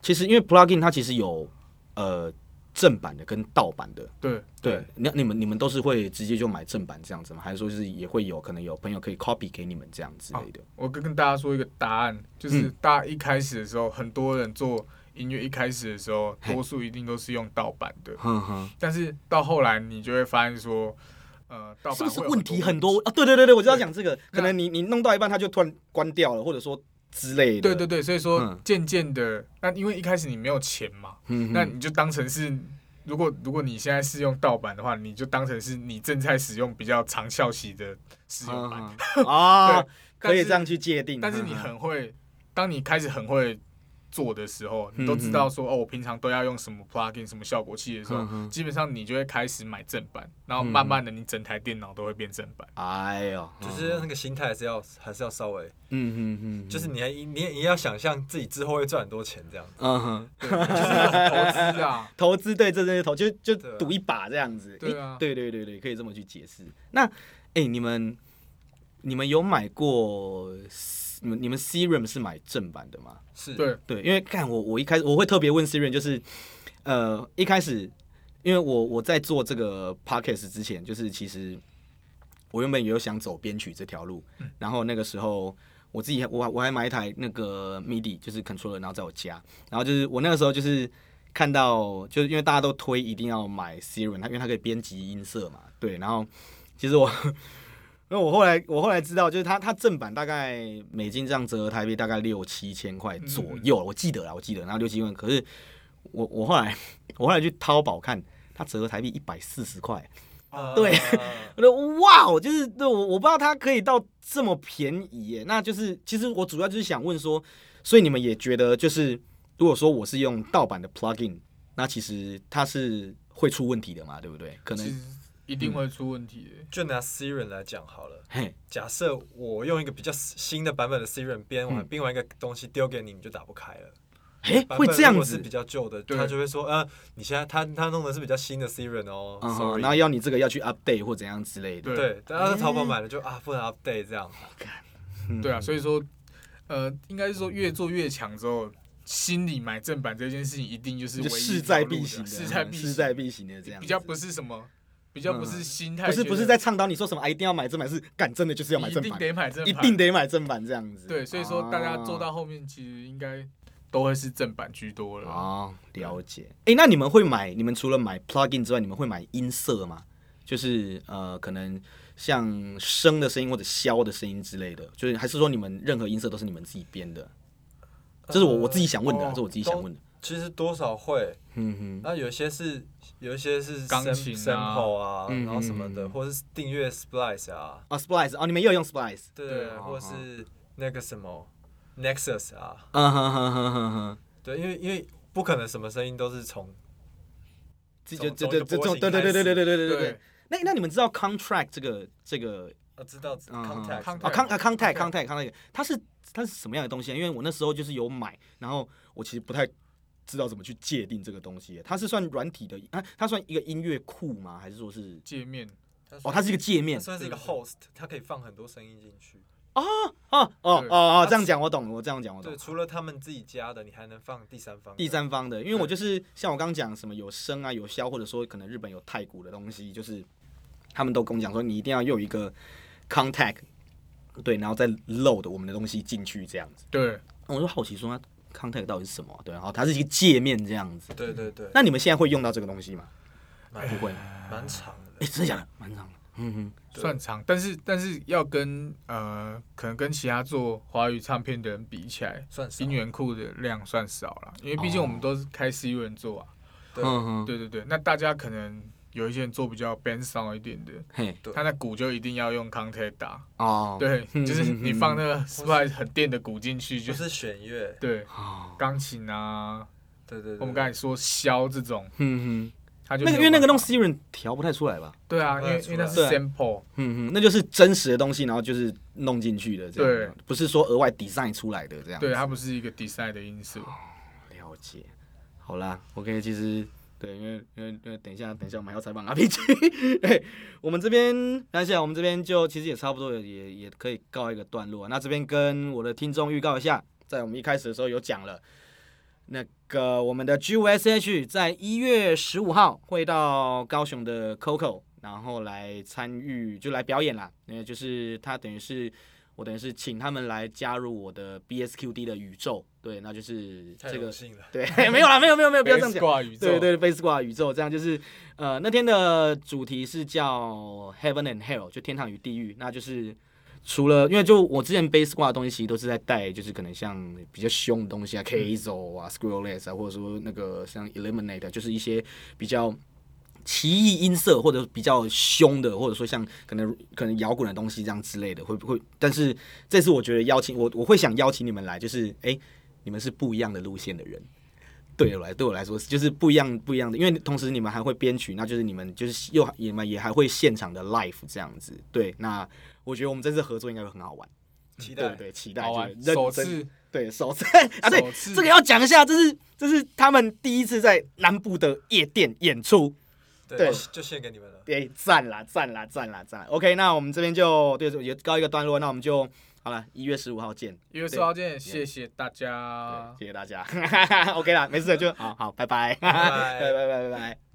[SPEAKER 1] 其实因为 plugin 它其实有呃正版的跟盗版的，
[SPEAKER 2] 对
[SPEAKER 1] 对，那你们你们都是会直接就买正版这样子吗？还是说就是也会有可能有朋友可以 copy 给你们这样之类的？
[SPEAKER 2] 我跟跟大家说一个答案，就是
[SPEAKER 1] 嗯
[SPEAKER 2] 大家一开始的时候，很多人做音乐一开始的时候，
[SPEAKER 1] 嘿
[SPEAKER 2] 多数一定都是用盗版的，
[SPEAKER 1] 哼哼，
[SPEAKER 2] 但是到后来你就会发现说，呃，盗版
[SPEAKER 1] 是不是
[SPEAKER 2] 会有
[SPEAKER 1] 问题
[SPEAKER 2] 很
[SPEAKER 1] 很多啊？对对对对，我就要
[SPEAKER 2] 对
[SPEAKER 1] 讲这个，
[SPEAKER 2] 那
[SPEAKER 1] 可能你你弄到一半它就突然关掉了，或者说之类的。
[SPEAKER 2] 对对对，所以说
[SPEAKER 1] 嗯
[SPEAKER 2] 渐渐的，那因为一开始你没有钱嘛，
[SPEAKER 1] 嗯哼，
[SPEAKER 2] 那你就当成是，如果如果你现在是用盗版的话，你就当成是你正在使用比较长效期的使用版。
[SPEAKER 1] 嗯哼 <laughs> 啊
[SPEAKER 2] 对，
[SPEAKER 1] 可以
[SPEAKER 2] 但是
[SPEAKER 1] 这样去界定。
[SPEAKER 2] 但是你
[SPEAKER 1] 嗯哼
[SPEAKER 2] 很会，当你开始很会做的时候，你都知
[SPEAKER 1] 嗯
[SPEAKER 2] 道说哦，我平常都要用什么 plugin、什么效果器的时候
[SPEAKER 1] 嗯，哼
[SPEAKER 2] 基本上你就会开始买正版，然后
[SPEAKER 1] 嗯
[SPEAKER 2] 慢慢的你整台电脑都会变正版。
[SPEAKER 1] 哎
[SPEAKER 2] <laughs>
[SPEAKER 1] 呦，
[SPEAKER 3] 就是那个心态还是要还是要稍微，
[SPEAKER 1] 嗯哼哼，
[SPEAKER 3] 就是你还你也也要想象自己之后会赚很多钱这样。
[SPEAKER 1] 嗯哼，
[SPEAKER 2] 对，就是
[SPEAKER 1] 嗯
[SPEAKER 2] 投
[SPEAKER 1] <laughs>
[SPEAKER 2] 资啊，
[SPEAKER 1] 投资对这这些投就就
[SPEAKER 3] 对啊
[SPEAKER 1] 赌一把这样子。
[SPEAKER 2] 对啊
[SPEAKER 1] 一对对对对，可以这么去解释。那哎、诶你们你们有买过？你们你们 Serum 是买正版的吗？
[SPEAKER 3] 是，
[SPEAKER 2] 对，
[SPEAKER 1] 对，因为看我我一开始我会特别问 Serum，就是呃一开始，因为我我在做这个 podcast 之前，就是其实我原本也有想走编曲这条路，然后那个时候我自己我我还买一台那个 MIDI 就是 controller，然后在我家，然后就是我那个时候就是看到，就是因为大家都推一定要买 Serum，它因为它可以编辑音色嘛，对，然后其实我。 <laughs> 因为我后来我后来知道，就是它它正版大概美金这样折合台币大概六七千块左右，我记得啦，我记得，然后六七千块，可是我我后来 <laughs> 我后来去淘宝看，它折合台币一百四十块，
[SPEAKER 3] 啊
[SPEAKER 1] <laughs> 对，我说哇哦，就是对我我不知道它可以到这么便宜耶，那就是其实我主要就是想问说，所以你们也觉得就是如果说我是用盗版的 plugin，那其实它是会出问题的嘛，对不对？可
[SPEAKER 2] 其
[SPEAKER 1] 能
[SPEAKER 2] 实一定会出问题的。
[SPEAKER 3] 就拿 Siren 来讲好了。
[SPEAKER 1] 嘿，
[SPEAKER 3] 假设我用一个比较新的版本的 Siren 编完编完一个东西丢给你，你就打不开了。
[SPEAKER 1] 哎、
[SPEAKER 3] 版
[SPEAKER 1] 会
[SPEAKER 3] 本
[SPEAKER 1] 这
[SPEAKER 3] 如
[SPEAKER 1] 样
[SPEAKER 3] 果是
[SPEAKER 1] 子
[SPEAKER 3] 比。较旧的，
[SPEAKER 2] 对
[SPEAKER 3] 他就会说，呃，你现在他他弄的是比较新的 Siren 哦
[SPEAKER 1] 嗯哼，
[SPEAKER 3] ，sorry
[SPEAKER 1] 然。后要你这个要去 update 或怎样之类的。
[SPEAKER 2] 对
[SPEAKER 3] 对，但是淘宝买了就啊不能 update 这样，
[SPEAKER 1] 嗯
[SPEAKER 2] 对啊，所以说，呃，应该是说越做越强之后，心里买正版这件事情一定就是
[SPEAKER 1] 就
[SPEAKER 2] 唯一
[SPEAKER 1] 势
[SPEAKER 2] 一条
[SPEAKER 1] 在
[SPEAKER 2] 路
[SPEAKER 1] 必
[SPEAKER 2] 的
[SPEAKER 1] 行的，
[SPEAKER 2] 势在必
[SPEAKER 1] 嗯
[SPEAKER 2] 行，
[SPEAKER 1] 势在必行的这样子，嗯
[SPEAKER 2] 比较不是什么，比较不是心态
[SPEAKER 1] 不
[SPEAKER 2] 觉得，
[SPEAKER 1] 是不是在倡导你说什么啊，一定要买正版，是干真的就是要买
[SPEAKER 2] 你
[SPEAKER 1] 正
[SPEAKER 2] 一定
[SPEAKER 1] 版，
[SPEAKER 2] 得买正版，
[SPEAKER 1] 一定啊得买正版这样子。
[SPEAKER 2] 对，所以说大家做到后面，其实应该都会是正版居多
[SPEAKER 1] 啊、
[SPEAKER 2] 了。
[SPEAKER 1] 哦，了解。哎、那你们会买？你们除了买 plugin 之外，你们会买音色吗？就是呃，可能像升的声音或者消的声音之类的，就是还是说你们任何音色都是你们自己编的？这是我我自己想问的啊，
[SPEAKER 2] 哦
[SPEAKER 1] 这是我自己想问的。
[SPEAKER 3] 其实多少会，
[SPEAKER 1] 嗯哼，
[SPEAKER 3] 那有些是有一些是
[SPEAKER 2] 钢
[SPEAKER 3] sam-
[SPEAKER 2] 琴啊
[SPEAKER 3] sample 啊，
[SPEAKER 1] 嗯
[SPEAKER 3] 然后什么的，
[SPEAKER 1] 嗯
[SPEAKER 3] 或是订阅 splice 啊，
[SPEAKER 1] 啊，splice 哦，你们也有用 splice？
[SPEAKER 3] 对
[SPEAKER 2] 对，
[SPEAKER 3] 或是那个什么 nexus 啊，
[SPEAKER 1] 嗯哼哼哼哼哼。
[SPEAKER 3] 对，因为因为不可能什么声音都是从
[SPEAKER 1] 这就
[SPEAKER 3] 从
[SPEAKER 1] 这
[SPEAKER 3] 从
[SPEAKER 1] 这
[SPEAKER 3] 一个
[SPEAKER 1] 这
[SPEAKER 3] 波
[SPEAKER 1] 种
[SPEAKER 3] 形
[SPEAKER 1] 对对对
[SPEAKER 3] 开
[SPEAKER 1] 对
[SPEAKER 3] 始
[SPEAKER 1] 对对对对对
[SPEAKER 2] 对。
[SPEAKER 1] 那那你们知道 contract 这个这个
[SPEAKER 3] 啊知道
[SPEAKER 1] 嗯
[SPEAKER 3] contact
[SPEAKER 1] 啊
[SPEAKER 2] contact
[SPEAKER 1] con 啊 contact
[SPEAKER 2] contact
[SPEAKER 1] contact contact 它是它是什么样的东西啊？因为我那时候就是有买，然后我其实不太知道怎么去界定这个东西。它是算软体的，它它算一个音乐库吗？还是说是
[SPEAKER 2] 界面
[SPEAKER 1] 哦，它是一个界
[SPEAKER 3] 它
[SPEAKER 1] 面
[SPEAKER 3] 算是一个
[SPEAKER 2] 对对
[SPEAKER 3] host，它可以放很多声音进去。
[SPEAKER 1] 哦哦哦
[SPEAKER 2] 对
[SPEAKER 1] 哦，
[SPEAKER 3] 它
[SPEAKER 1] 这样讲我懂，我这样讲我懂
[SPEAKER 3] 对，。除了他们自己家的，你还能放第三方的。
[SPEAKER 1] 第三方的，因为
[SPEAKER 3] 对
[SPEAKER 1] 我就是像我刚刚讲什么有声啊有箫，或者说可能日本有太鼓的东西，就是他们都跟我讲说你一定要有一个 contact，对，然后再 load 我们的东西进去这样子。
[SPEAKER 2] 对，
[SPEAKER 1] 我就好奇说那 contact 到底是什么啊？对，然后它是一个界面这样子。
[SPEAKER 3] 对对对，
[SPEAKER 1] 那你们现在会用到这个东西吗？
[SPEAKER 2] 哎
[SPEAKER 3] 蛮
[SPEAKER 1] 不会，
[SPEAKER 3] 蛮长的
[SPEAKER 1] 哎，。真的假的？蛮长的。嗯哼，
[SPEAKER 3] 对
[SPEAKER 2] 算长，但是但是要跟呃，可能跟其他做华语唱片的人比起来，
[SPEAKER 3] 算少
[SPEAKER 2] 音源库的量
[SPEAKER 1] 哦
[SPEAKER 2] 算少了，因为毕竟我们都是开 C 人做啊。
[SPEAKER 1] 嗯
[SPEAKER 3] 对
[SPEAKER 1] 哼，
[SPEAKER 2] 对对对，那大家可能有一些人做比较 band sound 一点的，
[SPEAKER 1] 嘿，
[SPEAKER 3] 对
[SPEAKER 2] 他那鼓就一定要用 contact 打，
[SPEAKER 1] 哦，
[SPEAKER 2] 对，
[SPEAKER 1] 嗯
[SPEAKER 2] 就是你放那个 s p i 很电的鼓进去，就
[SPEAKER 3] 就是是弦乐，
[SPEAKER 2] 对
[SPEAKER 1] 哦，
[SPEAKER 2] 钢琴啊，
[SPEAKER 3] 对对对，
[SPEAKER 2] 我们刚才说箫这种，
[SPEAKER 1] 嗯哼，
[SPEAKER 2] 它就
[SPEAKER 1] 那个因
[SPEAKER 2] 没
[SPEAKER 1] 为
[SPEAKER 2] 有
[SPEAKER 1] 那个
[SPEAKER 2] 办
[SPEAKER 1] 弄
[SPEAKER 2] 法
[SPEAKER 1] Siren 调不太出来吧？
[SPEAKER 2] 对啊，因为因为那是
[SPEAKER 1] 对
[SPEAKER 2] sample，
[SPEAKER 1] 嗯哼，那就是真实的东西，然后就是弄进去的，这样，不是说额外 design 出来的这样。
[SPEAKER 2] 对，它不是一个 design 的因素。
[SPEAKER 1] 了解。好啦，OK，其实对，因为因为因为等一下，等一下我们还要采访 RPG，对 <laughs> 我们这边，那现在我们这边就其实也差不多也，也也可以告一个段落。啊那这边跟我的听众预告一下，在我们一开始的时候有讲了。那个我们的 GUSH 在一月十五号会到高雄的 COCO，然后来参与就来表演啦。那就是他等于是我等于是请他们来加入我的 BSQD 的宇宙，对，那就是
[SPEAKER 3] 太
[SPEAKER 1] 这个
[SPEAKER 3] 荣幸了，
[SPEAKER 1] 对， <laughs> 没有啦，没有没有没有，不要这样
[SPEAKER 2] Bass
[SPEAKER 1] 讲。
[SPEAKER 2] 挂宇宙，
[SPEAKER 1] 对对，Face q u a 宇宙这样就是，呃，那天的主题是叫 Heaven and Hell，就天堂与地狱。那就是除了因为就我之前 Face q u a 的东西，其实都是在带，就是可能像比较凶的东
[SPEAKER 2] 嗯
[SPEAKER 1] 西啊，Kazo 啊，Screwless 啊，或者说那个像 Eliminate，啊就是一些比较。奇异音色或者比较凶的，或者说像可能可能摇滚的东西这样之类的，会不会？但是这次我觉得邀请我我会想邀请你们来，就是哎、诶你们是不一样的路线的人。对我来对我来说就是不一样不一样的，因为同时你们还会编曲，那就是你们就是又你们也还会现场的 live 这样子。对，那我觉得我们这次合作应该会很好玩，
[SPEAKER 3] 期
[SPEAKER 1] 对对
[SPEAKER 3] 待
[SPEAKER 1] 对，期待
[SPEAKER 2] 好
[SPEAKER 1] 就
[SPEAKER 2] 玩，
[SPEAKER 1] 是认
[SPEAKER 2] 首
[SPEAKER 1] 真
[SPEAKER 2] 次
[SPEAKER 1] 对首次啊，对
[SPEAKER 2] 首次
[SPEAKER 1] 这个要讲一下，这是这是他们第一次在南部的夜店演出，对
[SPEAKER 3] 对，就献给你们了，
[SPEAKER 1] 对，赞啦赞啦赞啦赞啦。OK，那我们这边就对也告一个段落，那我们就好了，一月十五号见，
[SPEAKER 2] 因为说到这件，谢谢大家
[SPEAKER 1] <laughs> 对。谢谢大家，OK <laughs> 啦，没事的就好好，拜拜，拜 <laughs>
[SPEAKER 3] 拜
[SPEAKER 1] 拜拜拜拜。